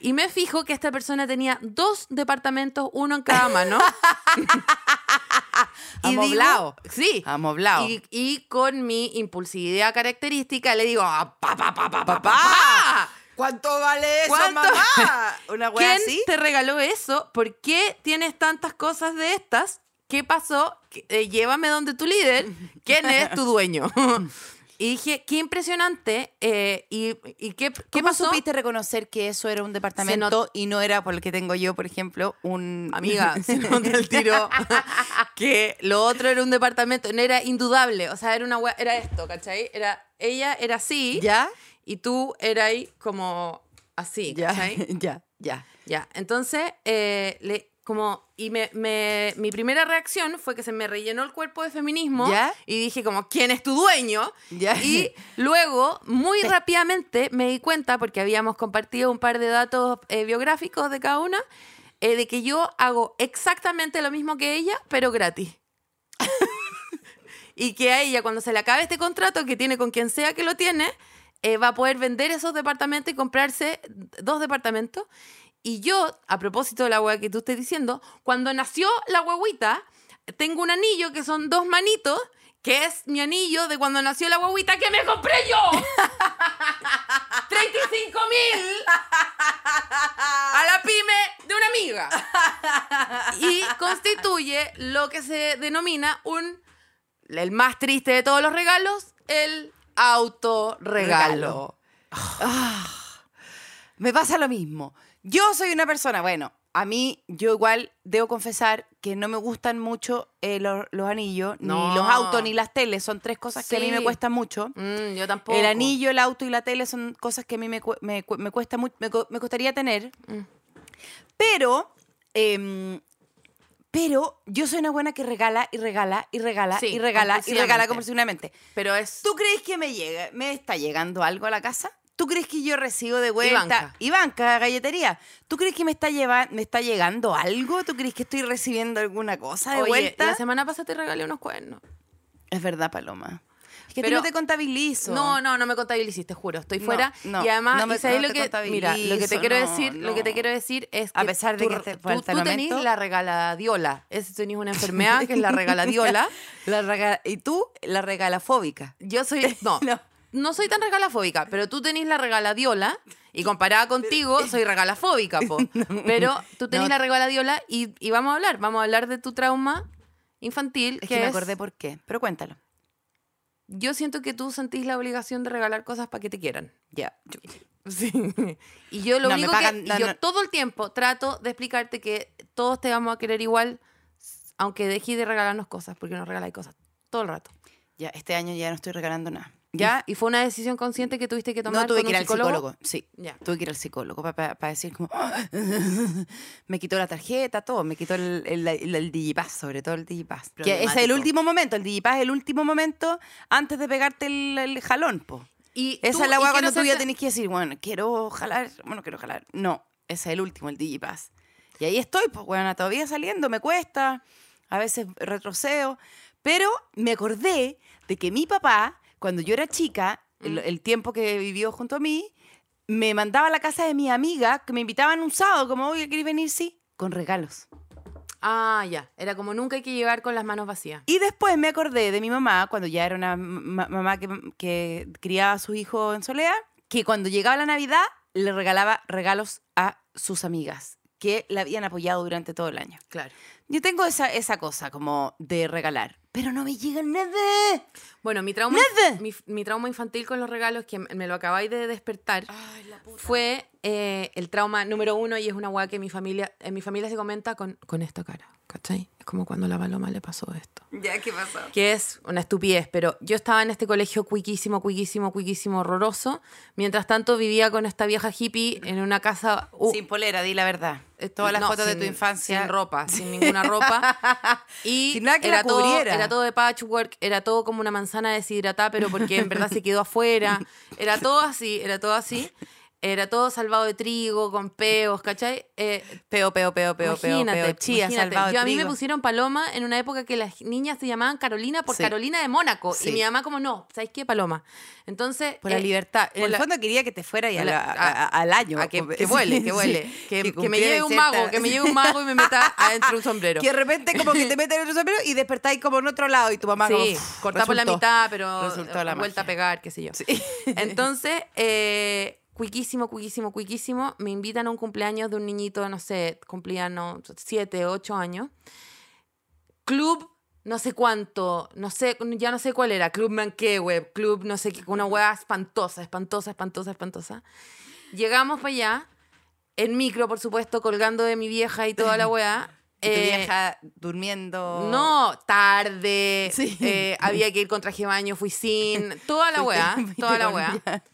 Y me fijo que esta persona tenía dos departamentos, uno en cada mano. digo- Amoblado. sí. Amoblado. Y, y con mi impulsividad característica le digo, "Ah, pa, pa, pa, pa, pa, pa, pa". ¿Cuánto vale eso, ¿Cuánto? mamá? Una wea ¿Quién así. te regaló eso? ¿Por qué tienes tantas cosas de estas? ¿Qué pasó? ¿Qué- eh, llévame donde tu líder. ¿Quién es tu dueño? y dije, qué impresionante. eh, ¿Y, y qué, qué ¿Cómo pasó? supiste reconocer que eso era un departamento y no era por el que tengo yo, por ejemplo, un Amiga, se nota el tiro que lo otro era un departamento, no era indudable, o sea, era una wea- era esto, ¿cachai? Era, ella era así ¿Ya? y tú eras ahí como así, Ya, ¿cachai? ya, ya. Ya, entonces, eh, le, como, y me, me- mi primera reacción fue que se me rellenó el cuerpo de feminismo ¿Ya? y dije como, ¿quién es tu dueño? Ya. Y luego, muy rápidamente, me di cuenta, porque habíamos compartido un par de datos eh, biográficos de cada una, eh, de que yo hago exactamente lo mismo que ella, pero gratis. y que a ella, cuando se le acabe este contrato, que tiene con quien sea que lo tiene, eh, va a poder vender esos departamentos y comprarse dos departamentos. Y yo, a propósito de la hueá que tú estás diciendo, cuando nació la huevita, tengo un anillo que son dos manitos, que es mi anillo de cuando nació la huevita que me compré yo. 35 mil a la pyme de una amiga. Y constituye lo que se denomina un, el más triste de todos los regalos, el autorregalo. Regalo. Ah, Me pasa lo mismo. Yo soy una persona, bueno, a mí yo igual debo confesar que no me gustan mucho eh, los, los anillos, No. ni los autos, ni las teles. Son tres cosas que a mí me Sí. cuestan mucho. Mm, yo tampoco. El anillo, el auto y la tele son cosas que a mí me, cu- me, cu- me cuesta mucho, me, co- me costaría tener. Mm. Pero, em, pero yo soy una buena que regala y regala y regala Sí, y regala y regala compulsivamente. compulsivamente. Pero es... ¿Tú crees que me llega, me está llegando algo a la casa? ¿Tú crees que yo recibo de vuelta Ivanka. y galletería? ¿Tú crees que me está lleva, me está llegando algo? ¿Tú crees que estoy recibiendo alguna cosa Ah, de Oye, vuelta? la semana pasada te regalé unos cuernos. Es verdad, Paloma. Es que tú Pero- no te contabilizo. No, no, no me contabiliciste, juro. Estoy No, fuera. no, y además, no me- y sabes no lo te que, mira, lo que te contabilizo, quiero no, decir, lo que te no. quiero decir es que A pesar de tú, que re- te- por tú, el tú tenés temperamento. la regaladiola. Es, tenés una enfermedad que es la regaladiola. La rega- y tú, la regalafóbica. Yo soy no, no. No. soy tan regalafóbica, pero tú tenés la regaladiola y comparada contigo soy regalafóbica, po. Pero tú tenés No. la regaladiola y, y vamos a hablar, vamos a hablar de tu trauma infantil, Es que que me es- acordé por qué. Pero cuéntalo. yo siento que tú sentís la obligación de regalar cosas para que te quieran. Ya. Sí. Y yo lo No, me único pagan- que y no, yo no. todo el tiempo trato de explicarte que todos te vamos a querer igual, aunque dejéis de regalarnos cosas, porque nos regaláis cosas todo el rato. Ya, este año ya no estoy regalando nada. Ya. Y fue una decisión consciente que tuviste que tomar No tuve con que ir un al psicólogo. Sí. Ya. Tuve que ir al psicólogo para decir como. "Oh". me quitó la tarjeta, todo. Me quitó el, el, el- el Digipass, sobre todo el Digipass. Que ese es el Problemático. último momento. El Digipass es el último momento antes de pegarte el, el jalón, po. Y Esa tú- es la hueá y quiero cuando tú hacerte- ya tenés que decir, bueno, quiero jalar, bueno, quiero jalar. No, ese es el último, el Digipass. Y ahí estoy, pues, bueno, todavía saliendo, me cuesta, a veces retroceo. Pero me acordé de que mi papá, cuando yo era chica, Mm. el, el tiempo que vivió junto a mí, me mandaba a la casa de mi amiga, que me invitaban un sábado, como, oye, ¿querés venir? Sí, con regalos. Ah, ya. Era como nunca hay que llegar con las manos vacías. Y después me acordé de mi mamá, cuando ya era una ma- mamá que, que criaba a su hijo en soledad, que cuando llegaba la Navidad le regalaba regalos a sus amigas, que la habían apoyado durante todo el año. Claro. Yo tengo esa, esa cosa como de regalar, pero no me llega nada. Bueno, mi trauma, Nada. mi, mi trauma infantil con los regalos, que me lo acabáis de despertar, fue eh, el trauma número uno y es una weá que mi familia, en mi familia se comenta con, con esta cara, ¿cachai? Es como cuando a la paloma le pasó esto. Ya, ¿qué pasó? Que es una estupidez, pero yo estaba en este colegio cuiquísimo, cuiquísimo, cuiquísimo, horroroso. Mientras tanto vivía con esta vieja hippie en una casa... uh, u- sin polera, di la verdad. eh, Todas las no, fotos de sin- tu infancia. Sin ropa, sin ninguna ropa. Y Sin nada que era, la todo, cubriera. era todo de patchwork, era todo como una manzana deshidratada, pero porque en verdad se quedó afuera. Era todo así, era todo así. Era todo salvado de trigo, con peos, ¿cachai? Eh, Peo, peo, peo, peo, peo, imagínate, peo. Chía, imagínate. salvado de Yo a mí me trigo. pusieron paloma en una época que las niñas se llamaban Carolina por Sí. Carolina de Mónaco. Sí. Y mi mamá como, no, ¿sabes qué? Paloma. Entonces... Por la eh, libertad. En por el la- fondo quería que te fuera y a a la- la- a- a- al año. a que, como- que vuele, que sí, vuele. sí, Que, que me cumpliera lleve un cierta- mago, que me lleve un mago y me meta adentro de un sombrero. Que de repente como que te meten en el sombrero y despertáis como en otro lado y tu mamá como, Sí, "Uf, cortar por la resultó". mitad, pero eh, Resultó la vuelta a magia. pegar, qué sé yo. Sí. Entonces, eh, cuiquísimo, cuiquísimo, cuiquísimo, me invitan a un cumpleaños de un niñito, no sé, cumplía no, siete, ocho años. Club, no sé cuánto, no sé, ya no sé cuál era, Club Manquehue, Club, no sé qué, una hueá espantosa, espantosa, espantosa, espantosa. Llegamos para allá, en micro, por supuesto, colgando de mi vieja y toda la hueá. Y tu Eh, vieja durmiendo. no, tarde, Sí. eh, había que ir con traje de baño, fui sin, toda la weá, Fuiste- toda la fuiste weá. con ella.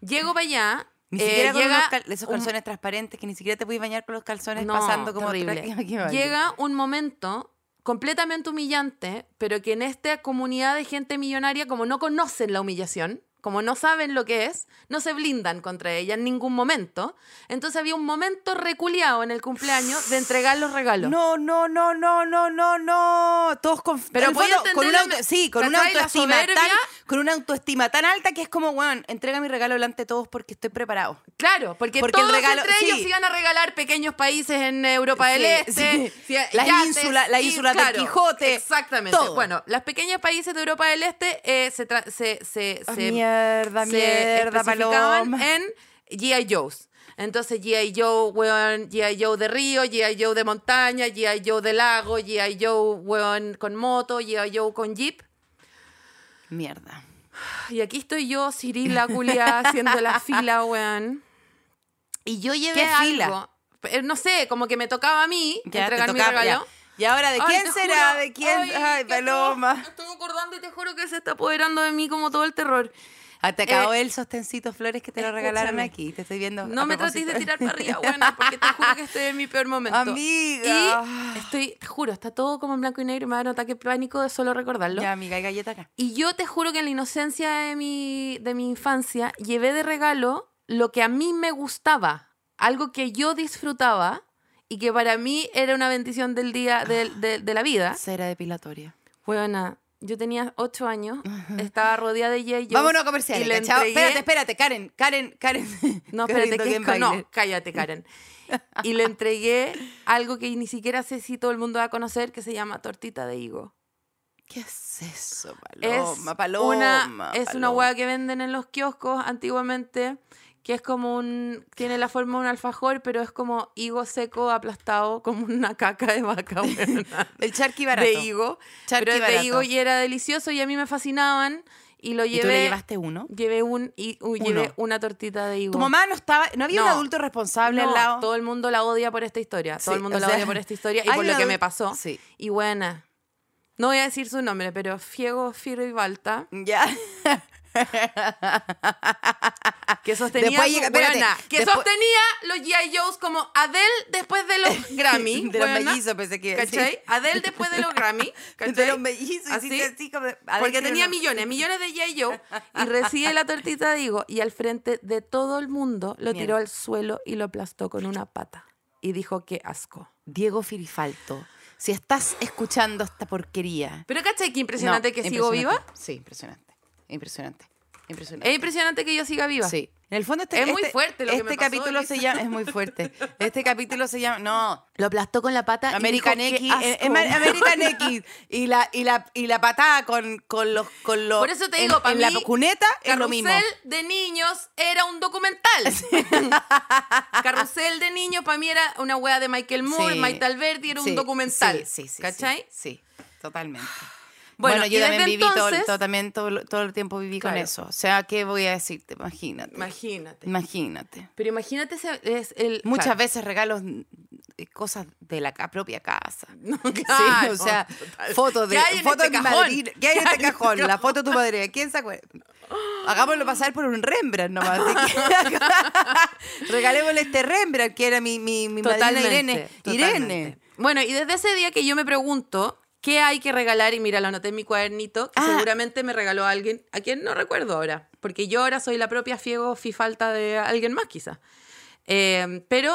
Llego para allá. Ni eh, siquiera con llega unos cal- esos un- calzones transparentes que ni siquiera te puedes bañar con los calzones No, pasando como terrible. tra- que vaya. Llega un momento completamente humillante, pero que en esta comunidad de gente millonaria, como no conocen la humillación, como no saben lo que es, no se blindan contra ella en ningún momento. Entonces había un momento reculeado en el cumpleaños de entregar los regalos. No, no, no, no, no, no, no. Todos con, Pero al voy con a entender una la auto- me- sí, con una ¿cachai? La autoestima tan, soberbia. con una autoestima tan alta que es como, weón, entrega mi regalo delante de todos porque estoy preparado. Claro, porque, Porque el todos regalo- entre ellos sí. iban a regalar pequeños países en Europa del Sí, Este, sí. sí, Las yates, ínsulas- las y, ínsulas del Quijote, Exactamente. todo. Bueno, las pequeñas países de Europa del Este eh, se, tra- se, se, Ah, se- mierda, se mierda, especificaban paloma. en G.I. Joe's. Entonces G.I. Joe, weón, G.I. Joe de río, G.I. Joe de montaña, G.I. Joe de lago, G.I. Joe, weón, con moto, G.I. Joe con jeep. Mierda. Y aquí estoy yo, Cirila Culia, haciendo la fila, weón. Y yo llevé ¿Qué fila? algo. Eh, No sé, como que me tocaba a mí Ya, te entregar mi tocaba, ya. regalo. Y ahora, ¿de Ay, quién te será? juro, ¿De quién? Ay, te paloma. juro, me estoy acordando y te juro que se está apoderando de mí como todo el terror. Ah, te Eh, acabó el sostencito flores que te lo regalaron escúchame. aquí. Te estoy viendo. No a me trates de propósito. tirar para arriba, buena, porque te juro que estoy en mi peor momento. Amiga. Y estoy, te juro, está todo como en blanco y negro y me da un ataque de pánico de solo recordarlo. Ya, amiga, hay galleta acá. Y yo te juro que en la inocencia de mi, de mi infancia llevé de regalo lo que a mí me gustaba, algo que yo disfrutaba y que para mí era una bendición del día, del- de, de la vida. Cera depilatoria. Buena, yo tenía ocho años, estaba rodeada de J.J. Mm. Vámonos a comerciales. y le ¿cachai? entregué- Espérate, espérate, Karen, Karen, Karen. No, espérate, Karen que es co- Dogenbauer. no, cállate, Karen. Y le entregué algo que ni siquiera sé si todo el mundo va a conocer, que se llama tortita de higo. ¿Qué es eso, Es paloma? paloma, una, es una paloma. hueá que venden en los kioscos antiguamente, que es como un, tiene la forma de un alfajor, pero es como higo seco aplastado, como una caca de vaca, huevona, El charqui barato. de higo. Charqui pero es barato. de higo y era delicioso y a mí me fascinaban y lo llevé. ¿Y tú le llevaste uno? Llevé, un, y, u- Uno. llevé una tortita de higo. Tu mamá no estaba, no había un No. adulto responsable No, al lado. Todo el mundo la odia por esta historia. Sí, todo el mundo o la sea, odia por esta historia y hay por un lo que adulto- me pasó. Sí. Y buena. No voy a decir su nombre, pero Fiego, Firo y Balta, Ya. que sostenía, Después su- llega- espérate, buena, que después- sostenía los G.I. Joes como Adele después de los Grammy. De los buena, mellizos, pensé que iba a decir. ¿Cachai? Adele después de los Grammy. De ¿cachai? los mellizos. Así. hiciste así como- a ver, Porque quiero tenía no. millones, millones de G.I. Joe y recibe la tortita de higo y al frente de todo el mundo lo Mierda. tiró al suelo y lo aplastó con una pata y dijo que asco. Diego Firifalto. Si estás escuchando esta porquería. Pero ¿cachai qué impresionante No, que sigo viva? impresionante. Sí, impresionante. Impresionante. Impresionante. Es impresionante que yo siga viva. Sí. En el fondo este, Es muy este- fuerte lo que este me pasó, capítulo se Elisa. llama es muy fuerte. Este capítulo se llama no, Lo aplastó con la pata. American y X, dijo, "Qué eh, asco". Amer- American X y la y la y la patada con, con los con los Por eso te en- digo, para en, mí, la cuneta es lo mismo. Carrusel de niños era un documental. Carrusel de niños para mí era una wea de Michael Moore, Sí. Maite Alberti, era Sí, un documental. Sí, sí, sí. ¿Cachai? Sí, sí, totalmente. Bueno, Bueno, y yo también desde viví todo, entonces- todo- también todo, lo- todo el tiempo viví con Claro. eso. O sea, ¿qué voy a decirte? Imagínate. Imagínate. Imagínate. Pero imagínate ese- es el Muchas claro. veces regalos mm, cosas de la ca- propia casa. claro. Sí, o sea, Total. fotos de ¿Qué hay en fotos este en cajón? Madrid. ¿Qué hay en este cajón? La foto de tu madre. ¿Quién se acuerda? Hagámoslo pasar por un Rembrandt nomás. así que- Regalémosle este Rembrandt que era mi, mi, mi madrina Irene. totalmente. Irene. Bueno, y desde ese día que yo me pregunto qué hay que regalar, y mira, lo anoté en mi cuadernito, que Ah. seguramente me regaló alguien, a quien no recuerdo ahora, porque yo ahora soy la propia fiego falta de alguien más quizá. Eh, pero,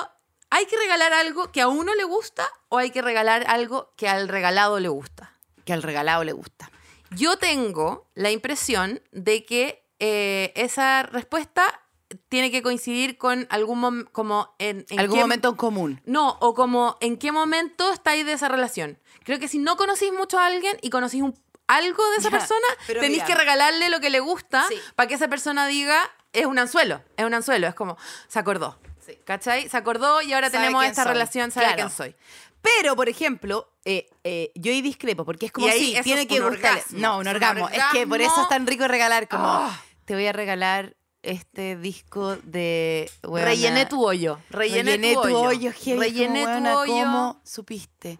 ¿hay que regalar algo que a uno le gusta o hay que regalar algo que al regalado le gusta? Que al regalado le gusta. Yo tengo la impresión de que eh, esa respuesta tiene que coincidir con algún, mom- como en, en Algún qué- momento en común. no, o como en qué momento estáis de esa relación. Creo que si no conocís mucho a alguien y conocís un- algo de esa Ya, persona, pero tenéis mira. que regalarle lo que le gusta Sí. para que esa persona diga, es un anzuelo, es un anzuelo, es como, se acordó. Sí. ¿Cachai? Se acordó y ahora Sabe tenemos quién esta soy. relación, sabe Claro. quién soy. Pero, por ejemplo, eh, eh, yo ahí discrepo, porque es como Y ahí sí, eso tiene es que un gustarle. orgasmo. No, un Es un orgasmo. Es que por eso es orgasmo. tan rico regalar, como Ah. te voy a regalar este disco de. huevona, Rellené tu hoyo. Rellené, tu, hoyo. heavy, Rellené como, tu huevona, hoyo. Mm. ¿Cómo supiste?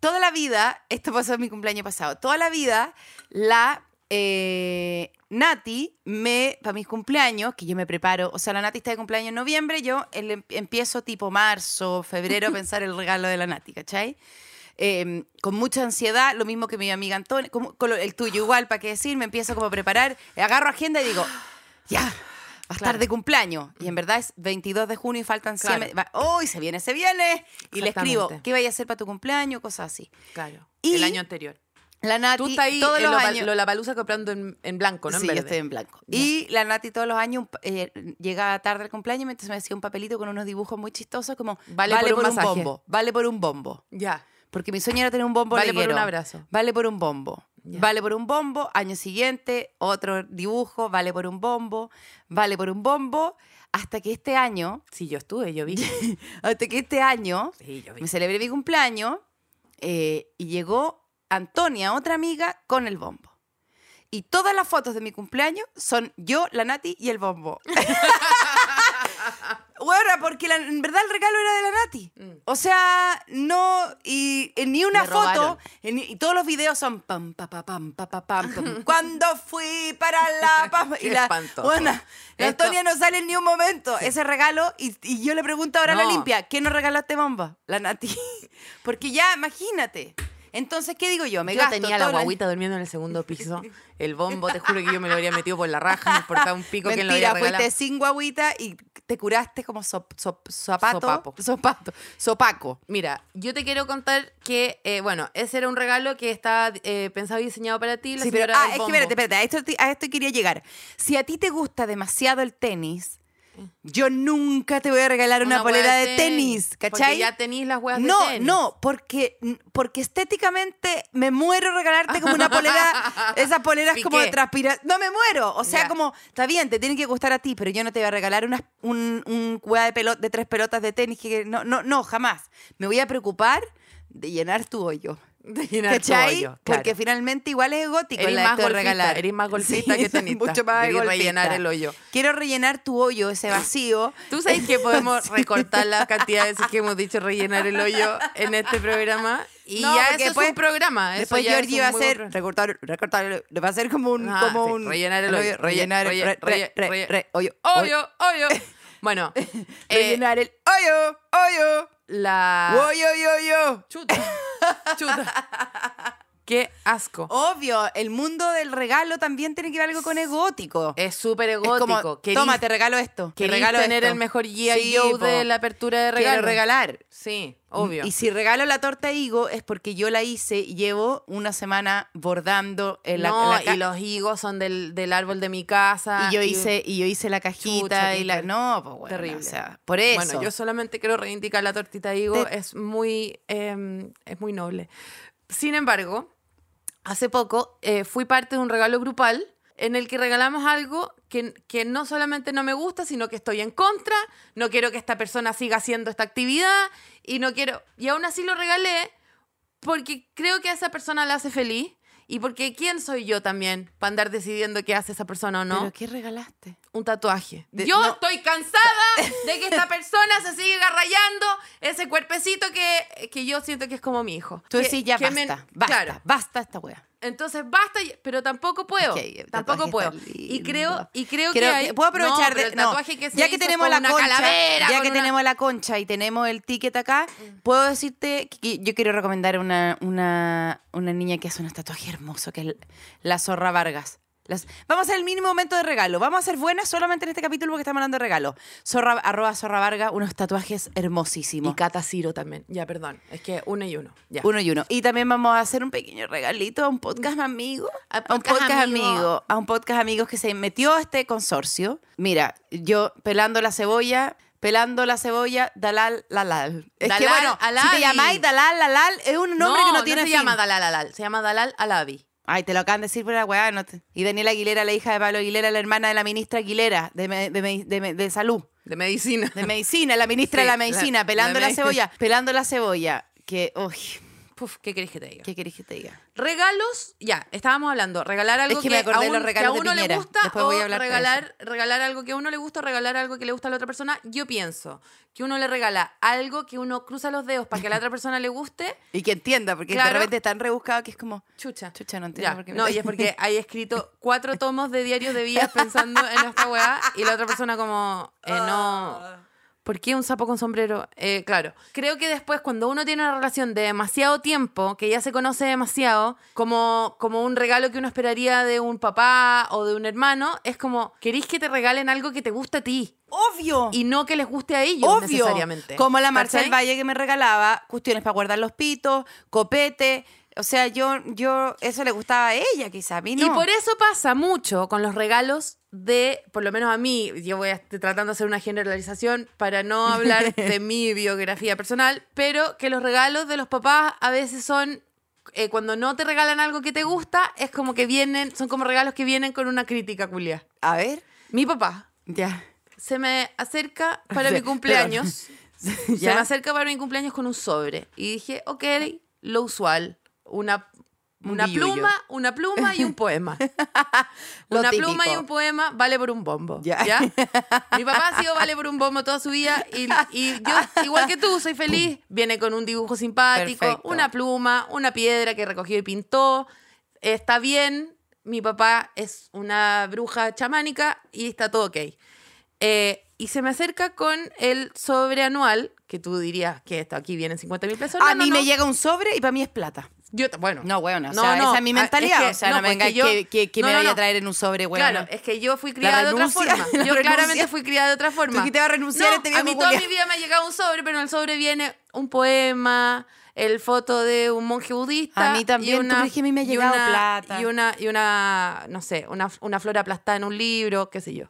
Toda la vida, esto pasó en mi cumpleaños pasado, toda la vida, la eh, Nati me, para mis cumpleaños, que yo me preparo, o sea, la Nati está de cumpleaños en noviembre, yo el- em- empiezo tipo marzo, febrero a pensar el regalo de la Nati, ¿cachai? Eh, con mucha ansiedad, lo mismo que mi amiga Antonia, como- con lo- el tuyo igual, ¿para qué decir? Me empiezo como a preparar, agarro agenda y digo, ya, va a estar Claro. de cumpleaños. Y en verdad es 22 de junio y faltan 100. Claro. va- ¡Uy, se viene, se viene! Y le escribo, Exactamente. ¿qué vaya a hacer para tu cumpleaños? Cosas así. Claro. Y- el año anterior. La Nati, Tú estás ahí todos en los Lola- años. Lollapalooza comprando en, en blanco, ¿no? En Sí, yo verde. estoy en blanco. Y la Nati todos los años eh, llegaba tarde al cumpleaños, entonces me hacía un papelito con unos dibujos muy chistosos como Vale por un masaje. bombo, vale por un bombo. Ya. Porque mi sueño era tener un bombo Vale por leguero. un abrazo. Vale por un bombo. Ya. Vale por un bombo. Año siguiente, otro dibujo. Vale por un bombo. Vale por un bombo. Hasta que este año, Sí, yo estuve, yo vi. hasta que este año, Sí, yo vi. me celebré mi cumpleaños eh, y llegó Antonia, otra amiga, con el bombo. Y todas las fotos de mi cumpleaños son yo, la Nati y el bombo. Bueno, porque la- en verdad el regalo era de la Nati. O sea, no, y en ni una Mm. Me foto, robaron. en- y todos los videos son pam, pa, pa, pam, pa, pa, pam, pam. Cuando fui para la pam, y Qué la, espantoso. bueno, la Esto- Antonia no sale en ni un momento. Ese regalo, y, y yo le pregunto ahora a la No. limpia, ¿quién nos regaló este bomba? La Nati. Porque ya, imagínate. Entonces, ¿qué digo yo? Me yo gasto tenía la todo el- guaguita durmiendo en el segundo piso. El bombo, te juro que yo me lo habría metido por la raja, me importaba un pico que lo Mentira, había fuiste regalado. sin guaguita y te curaste como sop, sop- zapato. Sopapo. Sopato. Sopaco. Mira, yo te quiero contar que, eh, bueno, ese era un regalo que está eh, pensado y diseñado para ti. La Sí, pero, señora ah, del es que bombo. espérate, espérate, a esto, te- a esto quería llegar. Si a ti te gusta demasiado el tenis, yo nunca te voy a regalar una, hueá polera de tenis, ¿cachai? Porque ya tenéis las huevas no, de tenis. no, porque, porque estéticamente me muero regalarte como una polera, esas poleras como de Piqué. transpira. No me muero, o sea, Ya. como, está bien, te tienen que gustar a ti, pero yo no te voy a regalar unas, un, un hueá de, pelo- de tres pelotas de tenis, que no, no, no, jamás. Me voy a preocupar de llenar tu hoyo. De llenar tu ¿Cachai? hoyo, claro. Porque finalmente igual es gótico Eres la más esto de golfista, regalar. eres más golfista que tenista. Mucho más Debí golfista. rellenar el hoyo. Quiero rellenar tu hoyo, ese vacío. ¿Tú sabes que podemos recortar las cantidades de veces que hemos dicho rellenar el hoyo en este programa? Y No, ya porque eso es después- un programa. Ah, eso Después ya es Georgie un va a muy buen hacer programa. recortar, recortar, va a ser como un, Ah, como sí, un rellenar el hoyo. rellenar el Relle- re- relle- re- relle- re- hoyo, hoyo, Hoyo, hoyo. Bueno, eh, Ah. rellenar el hoyo, hoyo, la... hoyo, hoyo, hoyo. Chuta, chuta. Qué asco. Obvio, el mundo del regalo también tiene que ver algo con el gótico. Es súper Es como, egótico. Querís- toma, te regalo esto. Te querís regalo tener esto. el mejor guía Sí, po. de la apertura de Quiero regalo. regalar. Sí, obvio. Y si regalo la torta de higo es porque yo la hice y llevo una semana bordando en la, no, la ca- y los higos son del, del árbol de mi casa. y yo hice y yo hice la cajita Chucha, y qué la terrible. no, pues bueno, Terrible. o sea, por eso. Bueno, yo solamente quiero reivindicar la tortita de higo, Te- es, muy, eh, es muy noble. Sin embargo, hace poco eh, fui parte de un regalo grupal en el que regalamos algo que, que no solamente no me gusta, sino que estoy en contra, no quiero que esta persona siga haciendo esta actividad y no quiero... Y aún así lo regalé porque creo que a esa persona la hace feliz y porque quién soy yo también para andar decidiendo qué hace esa persona o no ¿Pero qué regalaste? un tatuaje. De- Yo no. estoy cansada de que esta persona se siga rayando ese cuerpecito que, que yo siento que es como mi hijo. Tú Que- decís ya que basta, me- basta, Claro. basta esta wea. Entonces basta, y- pero tampoco puedo. Es que el tampoco tatuaje puedo. está Y lindo. creo, y creo, Creo que, hay- puedo aprovechar No, de pero el tatuaje no, que se ya que hizo tenemos con la una concha, calavera, ya con que una- Mm. tenemos la concha y tenemos el ticket acá, puedo decirte que- que yo quiero recomendar una una una niña que hace un tatuaje hermoso que es la Zorra Vargas. Las- vamos a hacer el mínimo momento de regalo. Vamos a ser buenas solamente en este capítulo porque estamos hablando de regalo. Zorra, arroba Zorra Vargas, unos tatuajes hermosísimos. Y Cata Ciro también. Ya, perdón. Es que uno y uno. Ya. Uno y uno. Y también vamos a hacer un pequeño regalito a un podcast amigo. A un podcast podcast amigo. amigo. A un podcast amigos que se metió a este consorcio. Mira, yo pelando la cebolla, pelando la cebolla, Dalal Lalal. Es que Dalal bueno, si Alabi. te llamáis Dalal Lalal, es un nombre que no tiene se fin. llama Dalal Alal. Se llama Dalal Alabi. Ay, te lo acaban de decir por la weá. no te- Y Daniela Aguilera, la hija de Pablo Aguilera, la hermana de la ministra Aguilera, de, me- de me- de me- de salud, De medicina. de medicina, la ministra Sí, de la la- medicina, la pelando la, me- cebolla, pelando la cebolla. Que, uy, Puf, ¿qué querés que te diga? ¿qué querés que te diga? Regalos, ya, estábamos hablando. Regalar algo Es que que, me acordé a de un- los que regalos a de uno le Piñera. gusta Después voy a o hablarte de regalar, regalar algo que a uno le gusta o regalar algo que le gusta a la otra persona. Yo pienso que uno le regala algo que uno cruza los dedos para que a la otra persona le guste. Y que entienda, porque de Claro. repente es tan rebuscado que es como, Chucha. Chucha, no entiendo Ya, por qué me No, está- y es porque hay escrito cuatro tomos de diarios de vías pensando en esta weá y la otra persona como, eh, Ah. no. ¿Por qué un sapo con sombrero? Eh, claro. Creo que después, cuando uno tiene una relación de demasiado tiempo, que ya se conoce demasiado, como, como un regalo que uno esperaría de un papá o de un hermano, es como, querís que te regalen algo que te gusta a ti obvio. y no que les guste a ellos Obvio, necesariamente. como la Marcel ¿Cachai? Valle que me regalaba, cuestiones para guardar los pitos, copete, o sea, yo, yo, eso le gustaba a ella quizá, a mí no. Y por e- eso pasa mucho con los regalos de, por lo menos a mí, yo voy a estar tratando de hacer una generalización para no hablar de mi biografía personal, pero que los regalos de los papás a veces son, eh, cuando no te regalan algo que te gusta, es como que vienen, son como regalos que vienen con una crítica, culia. A ver, Mi papá ya. se me acerca para Sí, mi cumpleaños, se ¿Ya? me acerca para mi cumpleaños con un sobre. Y dije, ok, lo usual, una... Un Una billullo. pluma, una pluma y un poema. Lo Una típico. pluma y un poema vale por un bombo. Ya. Ya. Mi papá ha sido vale por un bombo toda su vida y, y yo, igual que tú, soy feliz. Viene con un dibujo simpático, Perfecto. una pluma, una piedra que recogió y pintó. Está bien. Mi papá es una bruja chamánica y está todo ok. Eh, y se me acerca con el sobreanual, que tú dirías que esto aquí vienen 50 mil pesos. A No, no, mí me no. llega un sobre y para mí es plata. Yo t- bueno. No, weón, o No, sea, no, esa es mi ah, es mentalidad, que- o sea, no, no, me pues vengas que yo- que, que- que me no, no, vaya a no. traer en un sobre, weón. Claro, es que yo fui criada de otra renuncia, forma. la Yo renuncia. claramente fui criada de otra forma. Tú que te vas a renunciar este A viejo mí toda culiao. mi vida me ha llegado un sobre, pero en el sobre viene un poema, el foto de un monje budista. A mí también. y ¿Tú una- crees que a mí me ha y llegado una- plata? Y una, y una, no sé, una, una flor aplastada en un libro, qué sé yo.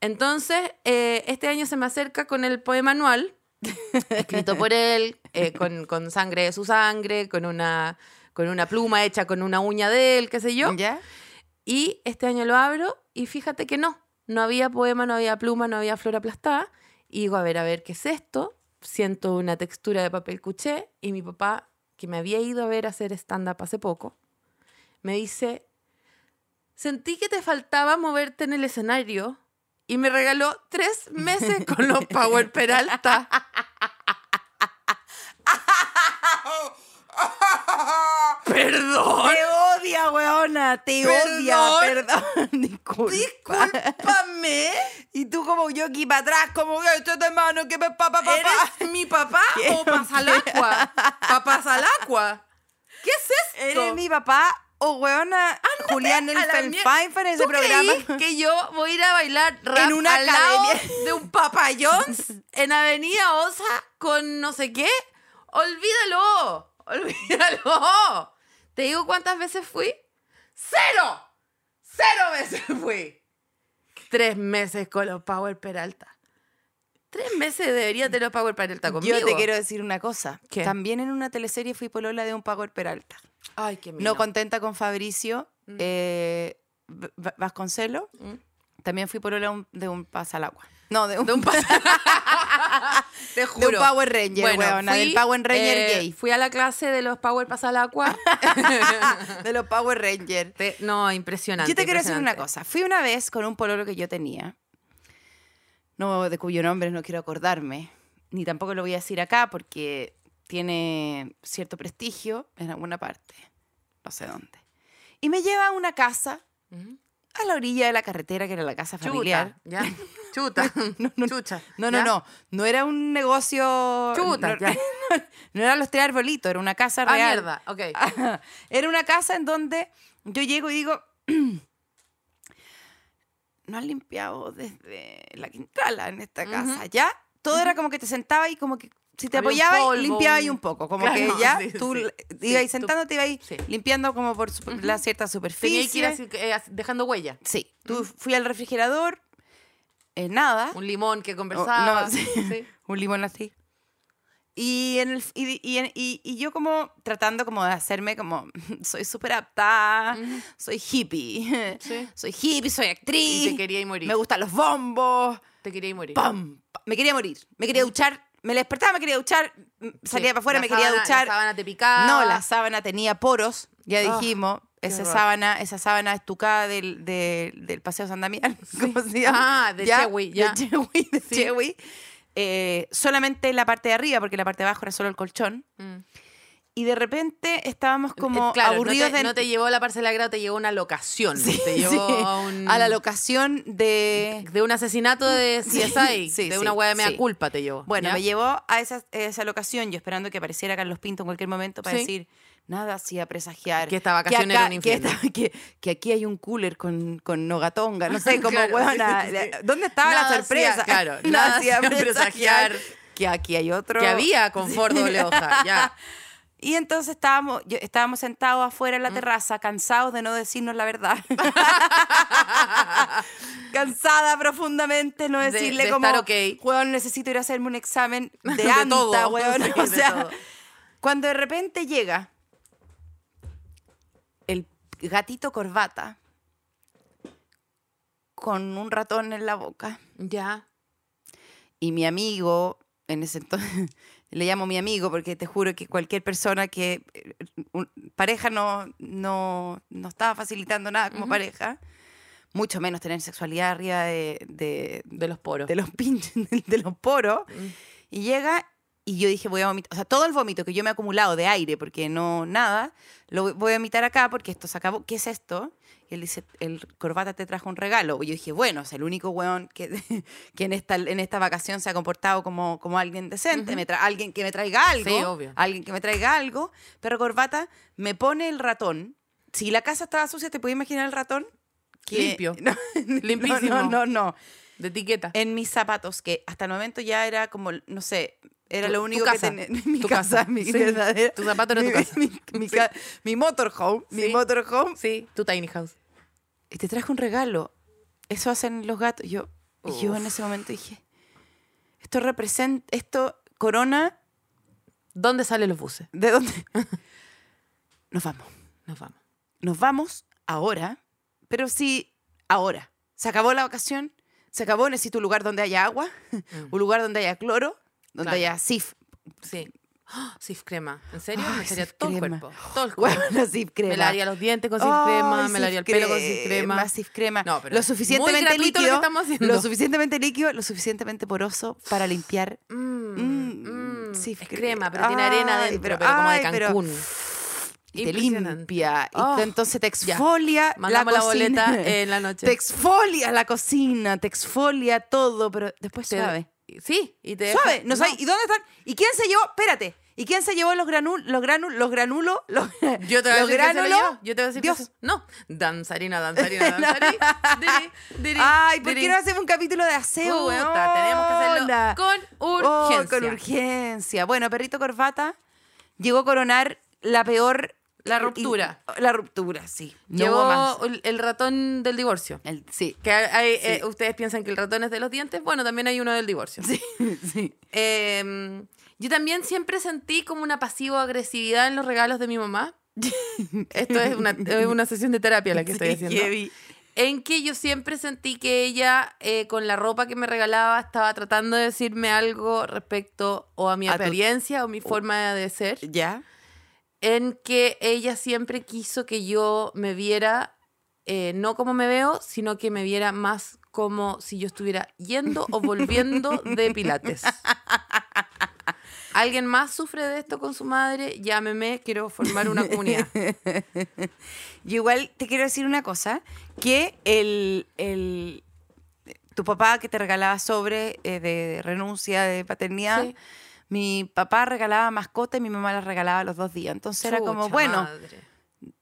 Entonces, eh, este año se me acerca con el poema anual, escrito por él, eh, con, con sangre de su sangre, con una, con una pluma hecha con una uña de él, qué sé yo. ¿Ya? Y este año lo abro y fíjate que no. No había poema, no había pluma, no había flor aplastada. Y digo, a ver, a ver, ¿qué es esto? Siento una textura de papel cuché y mi papá, que me había ido a ver hacer stand-up hace poco, me dice, sentí que te faltaba moverte en el escenario y me regaló tres meses con los Power Peralta. Perdón. Te odia, weona, te odia, Perdón. perdón, disculpa. Discúlpame. Y tú como yo aquí para atrás, como este que échate mano, que me pa, pa, pa, pa". ¿Eres mi papá o pasalacua? Pa pasalacua. ¿Qué es esto? ¿Eres mi papá o weona Julián el Eh, a la mier- Feinfein en ese ¿Tú programa? creí que yo voy a ir a bailar rap En una al lado academia. de un papayón en Avenida Osa con no sé qué? Olvídalo, olvídalo. ¿Te digo cuántas veces fui? ¡Cero! ¡Cero veces fui! Tres meses con los Power Peralta. Tres meses debería tener los Power Peralta conmigo. Yo te quiero decir una cosa. ¿Qué? También en una teleserie fui polola de un Power Peralta. Ay, qué No miedo. contenta con Fabricio eh, Va- Va- Vasconcelo. Mm. También fui polola un- de un pasalagua. No, de un, De un, pa- Te juro. eh, Power Ranger, weona, del Power Ranger gay. Fui a la clase de los Power Pasalacua. de los Power Rangers. Te- no, impresionante. Yo te quiero decir una impresionante. cosa. Fui una vez con un pololo que yo tenía, no de cuyo nombre no quiero acordarme, ni tampoco lo voy a decir acá porque tiene cierto prestigio en alguna parte, no sé dónde. Y me lleva a una casa Ujú. a la orilla de la carretera, que era la casa familiar. Chuta, ya. Chuta. Chucha. No, no, ¿ya? no. No era un negocio. Chuta, no, ya. no eran los tres arbolitos, era una casa Ah, real. mierda. Ok. Ajá. Era una casa en donde yo llego y digo, no han limpiado desde la Quintala en esta casa, ¿ya? Todo era como que te sentabas y como que si te Había un apoyabas, polvo, limpiabas ahí un- un poco. Como Claro, que ya sí, tú sí, l- sí, ibas tú- sentándote, ibas ahí sí. limpiando como por su- la cierta superficie. Tenía que ir así, eh, as- dejando huella. Sí, tú fui al refrigerador, eh, nada, Un limón que conversaba. no, Oh, sí. sí. un limón así. Y, en el- y, y en- y- y yo como tratando como de hacerme como, soy súper apta, soy hippie, Sí. soy hippie, soy Y actriz, te quería ir morir. me gustan los bombos, Te quería ir morir. pam, pam. me quería morir, me quería duchar, me despertaba, me quería duchar, m- salía para afuera, me quería duchar. Mm. La sábana te picaba. No, la sábana tenía poros, ya Ah, dijimos. qué Esa horror. sábana, esa sábana estucada del, del, del Paseo San Damián, ¿cómo se llama? Ah, de Chewi, ya. De Chewi, de Sí. Chewi. Eh, solamente la parte de arriba, porque la parte de abajo era solo el colchón. Mm. Y de repente estábamos como Eh, claro, aburridos no te, de... no te llevó a la parcelagra, te llevó a una locación. Sí, te llevó sí. a un. a la locación de... De un asesinato de CSI. sí, de sí, una hueá de mea sí. culpa te llevó. Bueno, ¿ya? me llevó a esa, esa locación, yo esperando que apareciera Carlos Pinto en cualquier momento para Sí. decir, nada hacía presagiar. Que esta vacación era un que, infierno. esta- que, que aquí hay un cooler con, con nogatonga, no sé, como Claro, huevona. sí, sí. ¿Dónde estaba Nada la hacía, sorpresa? claro, nada hacía presagiar. Que aquí hay otro. Que había confort doble hoja, ya. Y entonces estábamos, yo- estábamos sentados afuera en Mm. la terraza, cansados de no decirnos la verdad. Cansada profundamente no De- decirle de como, estar ok. "Weón, necesito ir a hacerme un examen de, De anta, todo, weón". sí, o de sea, todo. cuando de repente llega el gatito corbata con un ratón en la boca Ya. y mi amigo, en ese entonces, le llamo mi amigo porque te juro que cualquier persona que eh, un- pareja no, no, no estaba facilitando nada como pareja, mucho menos tener sexualidad arriba de, de, De los poros. Mm. de los pinches, de los poros, y llega y yo dije voy a vomitar, o sea, todo el vómito que yo me he acumulado de aire porque no nada, lo voy a vomitar acá porque esto se acabó, ¿qué es esto? Y él dice, el corbata te trajo un regalo. Y yo dije, bueno, es el único weón que, que en, esta, en esta vacación se ha comportado como, como alguien decente, me tra- alguien que me traiga algo, Sí, obvio. alguien que me traiga algo, pero corbata me pone el ratón. Si la casa estaba sucia, ¿te puedes imaginar el ratón? Limpio. No, Limpísimo. No, no, no. no De etiqueta. en mis zapatos, que hasta el momento ya era como, no sé, era Tu- lo tu único casa. que tenía. Mi Tu casa, casa. mi Sí. verdadera. Tu zapato era tu mi- casa. Mi, mi ca- mi motorhome, mi Sí. motorhome. Sí, tu tiny house. Y te traje un regalo. Eso hacen los gatos. Yo, y yo Uf. en ese momento dije, esto representa, esto corona, ¿Dónde salen los buses? ¿de dónde? Nos vamos. Nos vamos. Nos vamos ahora, pero sí ahora. Se acabó la vacación, se acabó, necesito un lugar donde haya agua, un lugar donde haya cloro, donde Mm. Claro. haya SIF, Sí. ¡Ah! Sif crema. ¿En serio? Ay, me echaría Sif todo el crema. cuerpo. Todo el cuerpo. Huevona Sif crema. Me lavaría los dientes con sif Ay, crema, me Sif lavaría el pelo con sif crema. Sif crema. No, pero lo es muy suficientemente gratuito lo que líquido, estamos haciendo. lo suficientemente líquido, lo suficientemente poroso para limpiar. Mm, Mm, mm, Sif es cre- crema, pero tiene arena Ay, dentro, pero, pero- como de ay, pero- Cancún. Y te Impresionante. limpia. Ah, Y Oh, te- entonces te ya. exfolia la, Mandamos la boleta cocina. en la noche. Te exfolia la cocina, te exfolia todo, pero después Te- suave. Sí, y te Suave, deja- no, sabes- ¿Y dónde están? ¿Y quién se llevó? Espérate. ¿Y quién se llevó los granulos? Los granulos, los granulos, los, Yo te voy a los decir que se lo granulos? llevo. Yo te voy a decir que Dios. se- No, danzarina, danzarina, danzarina. Diri, diri, Ay, ¿por qué diri. no hacemos un capítulo de aseo, weón? Puta, tenemos que hacerlo con Oh, urgencia. con urgencia. Bueno, Perrito Corbata llegó a coronar la peor... La ruptura. y- la ruptura, sí. No Llegó hubo más. el- el ratón del divorcio. El- sí. Que hay- eh, ustedes piensan que el ratón es de los dientes, bueno, también hay uno del divorcio. Sí, sí. Eh, yo también siempre sentí como una pasivo-agresividad en los regalos de mi mamá. Esto es una, es una sesión de terapia la que estoy Sí, haciendo. heavy. En que yo siempre sentí que ella, eh, con la ropa que me regalaba, estaba tratando de decirme algo respecto o a mi A tu- apariencia o mi forma de ser. ¿Ya? En que ella siempre quiso que yo me viera, eh, no como me veo, sino que me viera más como si yo estuviera yendo o volviendo de Pilates. ¿Alguien más sufre de esto con su madre? Llámeme, quiero formar una comunidad. Yo igual te quiero decir una cosa, que el, el- tu papá que te regalaba sobre eh, de renuncia, de paternidad, Sí. mi papá regalaba mascota y mi mamá la regalaba los dos días. Entonces era como, Chucha bueno, madre.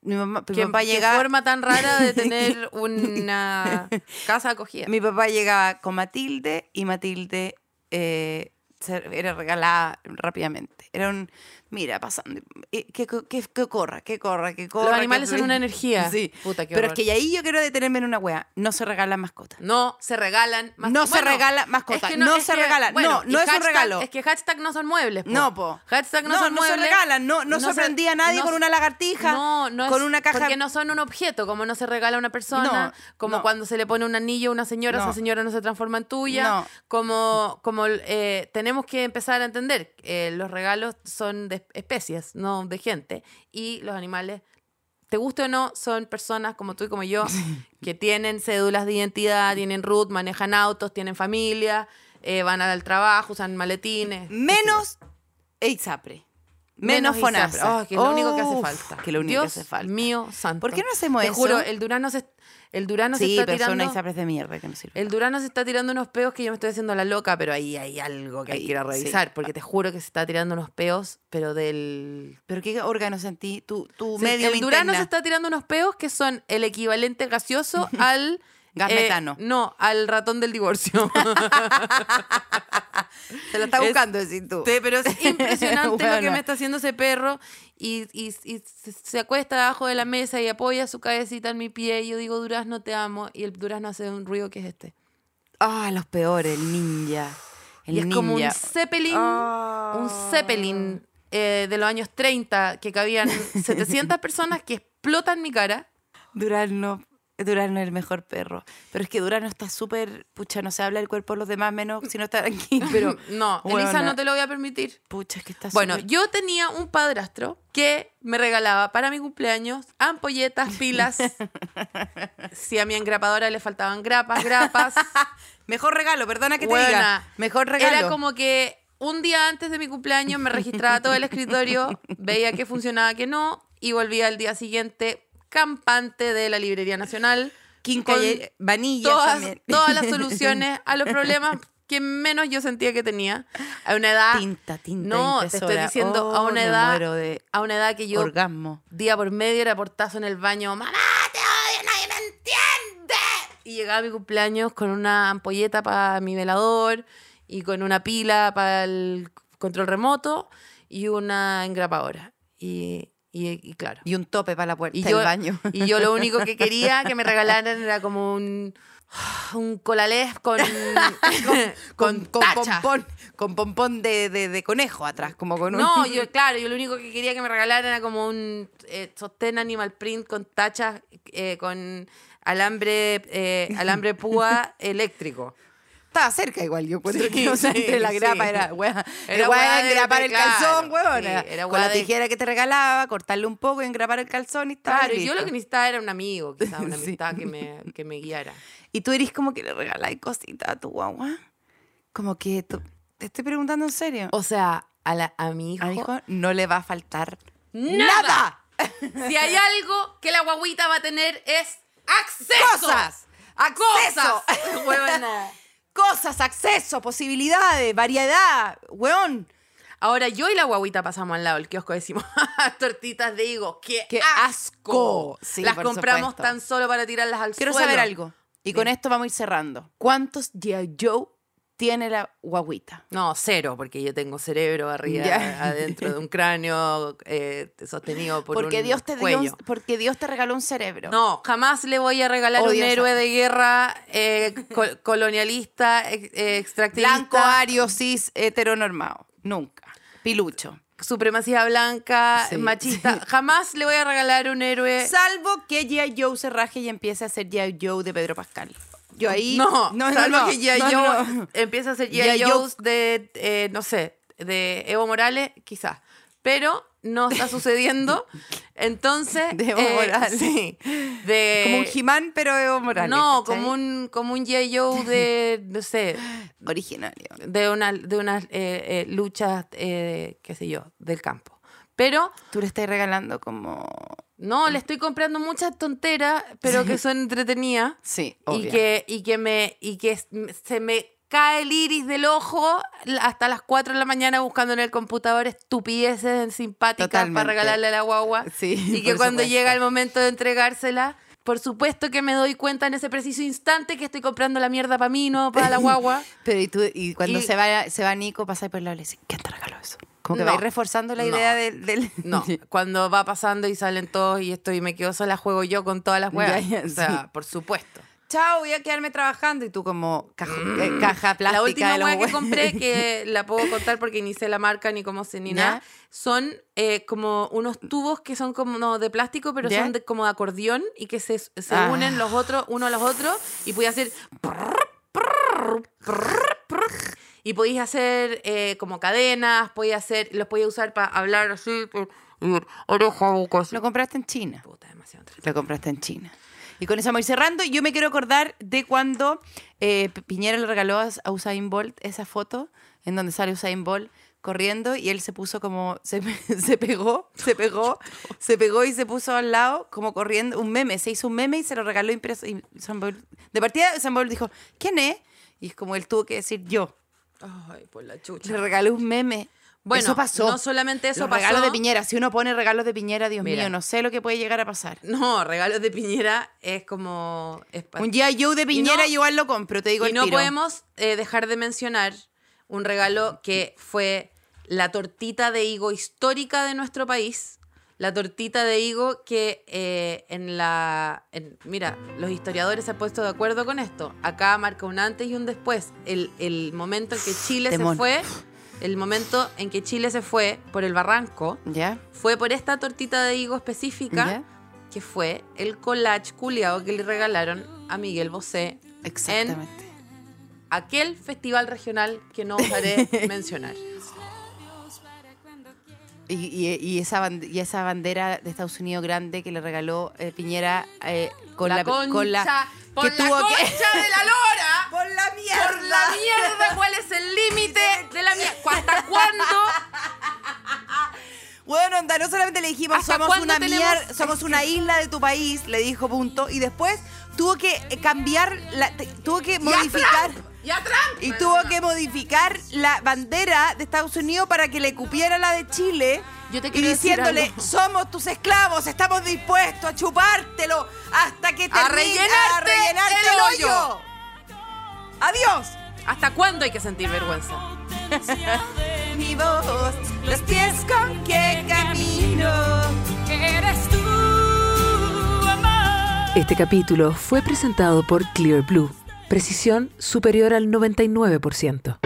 mi mamá, mi ¿Qué, papá qué llegaba... forma tan rara de tener una casa acogida. Mi papá llegaba con Matilde y Matilde eh, se- era regalada rápidamente. Era un, mira, pasando, eh, que, co- que- que corra, que corra, que corra. Los que animales son fluya. una energía. Sí. Puta, qué Pero es horror. que ahí yo quiero detenerme en una wea. No se regalan mascotas. No se regalan mascotas. No se regala mascotas, no se regala. No, no y es un hashtag- regalo. Es que hashtag no son muebles. po. No, po. Hashtag no, No, son no se muebles. regalan, no- no se se- prendía a nadie con se- una lagartija, No, no con es- una caja- Porque no son un objeto, como no se regala a una No, persona, como no. cuando se le pone un anillo a una señora, No. esa señora no se transforma en tuya. No. Como, como eh, tenemos que empezar a entender, eh, los regalos son de especies, no de gente. Y los animales te guste o no, son personas como tú y como yo que tienen cédulas de identidad, tienen RUT, manejan autos, tienen familia, eh, van al trabajo, usan maletines. Menos Eitzapre. Menos, ISAPRE. Fonasa. Oh, que es lo único que hace Uf, falta. Que es lo único Dios que hace falta. mío santo. ¿Por qué no hacemos Te eso? juro, el Durano se, el Durano se sí, está pero son tirando... Eitzapres de mierda que no sirven. El Durano se está tirando unos peos que yo me estoy haciendo la loca, pero ahí Ah. hay algo que hay Ahí, que ir a sí. revisar, porque te juro que se está tirando unos peos, pero del... ¿Pero qué órgano sentí? Tu, tu Sí, medio el Durano interna. se está tirando unos peos que son el equivalente gaseoso al Gas eh, metano. no, al ratón del divorcio. Se lo está es- buscando, decís tú. Te- pero es impresionante lo que Bueno. me está haciendo ese perro y, y- y se, se acuesta debajo de la mesa y apoya su cabecita en mi pie y yo digo, Durazno, te amo. Y el Durazno hace un ruido que es este. Ah, los peores, el ninja. El y es ninja. Ah. como un zeppelin, un zeppelin eh, de los años 30 que cabían 700 personas que explotan mi cara. Durano, Durano es el mejor perro. Pero es que Durano está súper. Pucha, no se habla del cuerpo de los demás, menos si no están aquí. Pero no, Elisa, Huevona. no te lo voy a permitir. Pucha, es que está Bueno, súper- yo tenía un padrastro que me regalaba para mi cumpleaños ampolletas, pilas. si a mi engrapadora le faltaban grapas, grapas. Mejor regalo, perdona que te Buena. diga. Mejor regalo. Era como que un día antes de mi cumpleaños me registraba todo el escritorio, veía que funcionaba, que no, y volvía al día siguiente campante de la Librería Nacional. con Quincalla- vanilla todas, también. todas las soluciones a los problemas que menos yo sentía que tenía. A una edad... Tinta, tinta. No, te estoy impresora. diciendo a Oh, una me edad- muero de A una edad que yo orgasmo. día por medio era portazo en el baño. ¡Mamá, te odio! ¡Nadie me entiende! Y llegaba mi cumpleaños con una ampolleta para mi velador y con una pila para el control remoto y una engrapadora. Y, y- y claro. Y un tope para la puerta Y del yo, baño. y yo lo único que quería que me regalaran era como un, un colalés con, con, con tacha. pompón, con pompón de, de- de conejo atrás, como con un... No, yo, claro, yo lo único que quería que me regalaran era como un eh, sostén animal print con tachas, eh, con alambre, eh, alambre púa eléctrico. Estaba cerca igual, yo encuentro Sí, que o sea, sí, entre la sí. grapa era, weá, Era era weá weá de- engrapar el claro, calzón, huevona. sí, era Con weá la de- tijera que te regalaba, cortarle un poco y engrapar el calzón y estaba Claro, y yo listo. lo que necesitaba era un amigo, quizás, una Sí. amistad que, me, que me guiara. Y tú eres como que le regaláis cositas a tu guagua. Como que tú- te estoy preguntando en serio. O sea, a, la, a mi Oh, hijo. A mi hijo no le va a faltar ¡Nada! Si hay algo que la guaguita va a tener es acceso. Cosas. Acceso. Cosas. Huevona. Cosas, acceso, posibilidades, variedad, weón. Ahora yo y la guaguita pasamos al lado del kiosco y decimos, tortitas de higo, qué, ¡Qué asco. asco! Sí, las por compramos supuesto. tan solo para tirarlas al Quiero suelo. saber algo. Y con esto vamos a ir cerrando. ¿Cuántos G.I. Joe tiene la guaguita? No, cero, porque yo tengo cerebro arriba, Ya. adentro de un cráneo eh, sostenido por porque un Dios te dio un- cuello. porque Dios te regaló un cerebro. No, jamás le voy a regalar un Odiosa. héroe de guerra eh, col- colonialista, ex- eh, extractivista, Blanco, ario, cis, heteronormado. Nunca. Pilucho. supremacía blanca, Sí. machista. Jamás le voy a regalar un héroe. Eh, Salvo que G.I. Joe se raje y empiece a ser G.I. Joe de Pedro Pascal. Yo ahí... No, salvo que G.I. no, Joe no. empieza a ser G.I. G.I. Joe's de, eh, no sé, de Evo Morales, quizás. Pero no está sucediendo. Entonces. eh, De Evo Morales. Sí. De, Como un Jimán, pero Evo Morales. ¿cachai? No, como un, como un G.I. Joe de, no sé, Originario. de unas de unas eh, eh, luchas, eh, qué sé yo, del campo. Pero Tú le estás regalando como... no, le estoy comprando muchas tonteras, pero que son entretenidas. Sí, y que, y que me y que s- m- se me cae el iris del ojo l- hasta las 4 de la mañana buscando en el computador estupideces simpáticas para Totalmente. regalarle a la guagua Sí, y que por cuando supuesto. llega el momento de entregársela por supuesto que me doy cuenta en ese preciso instante que estoy comprando la mierda para mí no para la guagua Pero y tú, y cuando Y- se va se va Nico, pasáis por el lado y le decís, ¿quién te regaló eso? Como que No. vais reforzando la No. idea del... del- No, cuando va pasando y salen todos y esto y me quedo sola, juego yo con todas las huevas. Ya, ya, o sea, sí. por supuesto. Chao, voy a quedarme trabajando. Y tú como caja, eh, caja plástica La última de los hueá que hue- compré, que la puedo contar porque ni sé la marca, ni cómo se, ni Ya. nada, son eh, como unos tubos que son como no, de plástico, pero Ya. son de- como de acordeón y que se, se Ah. unen los otros, uno a los otros, y podía hacer. prrr, prrr, prrr, prrr, y podéis hacer eh, como cadenas, podía hacer, los podía usar para hablar así, eh, y oreja, boca, así. Lo compraste en China. Puta, demasiado entretenido. Lo compraste en China. Y con eso vamos a ir cerrando. Yo me quiero acordar de cuando eh, P- Piñera le regaló a a Usain Bolt esa foto en donde sale Usain Bolt corriendo y él se puso como, se, pe- se pegó, se pegó, se pegó y se puso al lado como corriendo, un meme, se hizo un meme y se lo regaló impreso. Y Usain Bolt- de partida Usain Bolt dijo, ¿quién es? Y es como él tuvo que decir yo. Ay, por la chucha. Le regalé un meme. Bueno, eso pasó. no solamente Los eso Este, pasó. Regalos de Piñera. Si uno pone regalos de Piñera, Dios Mira. mío, no sé lo que puede llegar a pasar. No, regalos de Piñera es como. es pa- Un G.I. Joe de Piñera no- yo igual lo compro, te digo Y el no tiro. podemos eh, dejar de mencionar un regalo que fue la tortita de higo histórica de nuestro país. La tortita de higo que eh, en la... en- mira, los historiadores se han puesto de acuerdo con esto. Acá marca un antes y un después. El, el momento en que Chile Temón. se fue, el momento en que Chile se fue por el barranco, ¿Ya? fue por esta tortita de higo específica, ¿Ya? que fue el collage culiao que le regalaron a Miguel Bosé Exactamente. aquel festival regional que no osaré mencionar. Y, y- y esa band- y esa bandera de Estados Unidos grande que le regaló eh, Piñera eh, con la, la concha, con la por que la tuvo concha que- de la lora, por la mierda. por la mierda, ¿cuál es el límite de la mierda? ¿Hasta cuándo? Bueno, onda, no solamente le dijimos ¿Hasta somos cuándo una tenemos- mier- somos una isla de tu país, le dijo punto y después tuvo que eh, cambiar la te- tuvo que modificar Y a Trump. Y tuvo que modificar la bandera de Estados Unidos para que le cupiera la de Chile. Yo te y quiero decir diciéndole, algo. somos tus esclavos, estamos dispuestos a chupártelo hasta que termine A rellenarte a rellenarte el el hoyo. hoyo. Adiós. ¿Hasta cuándo hay que sentir vergüenza? Mi voz, los pies con que camino. Este capítulo fue presentado por Clear Blue. Precisión superior al 99%.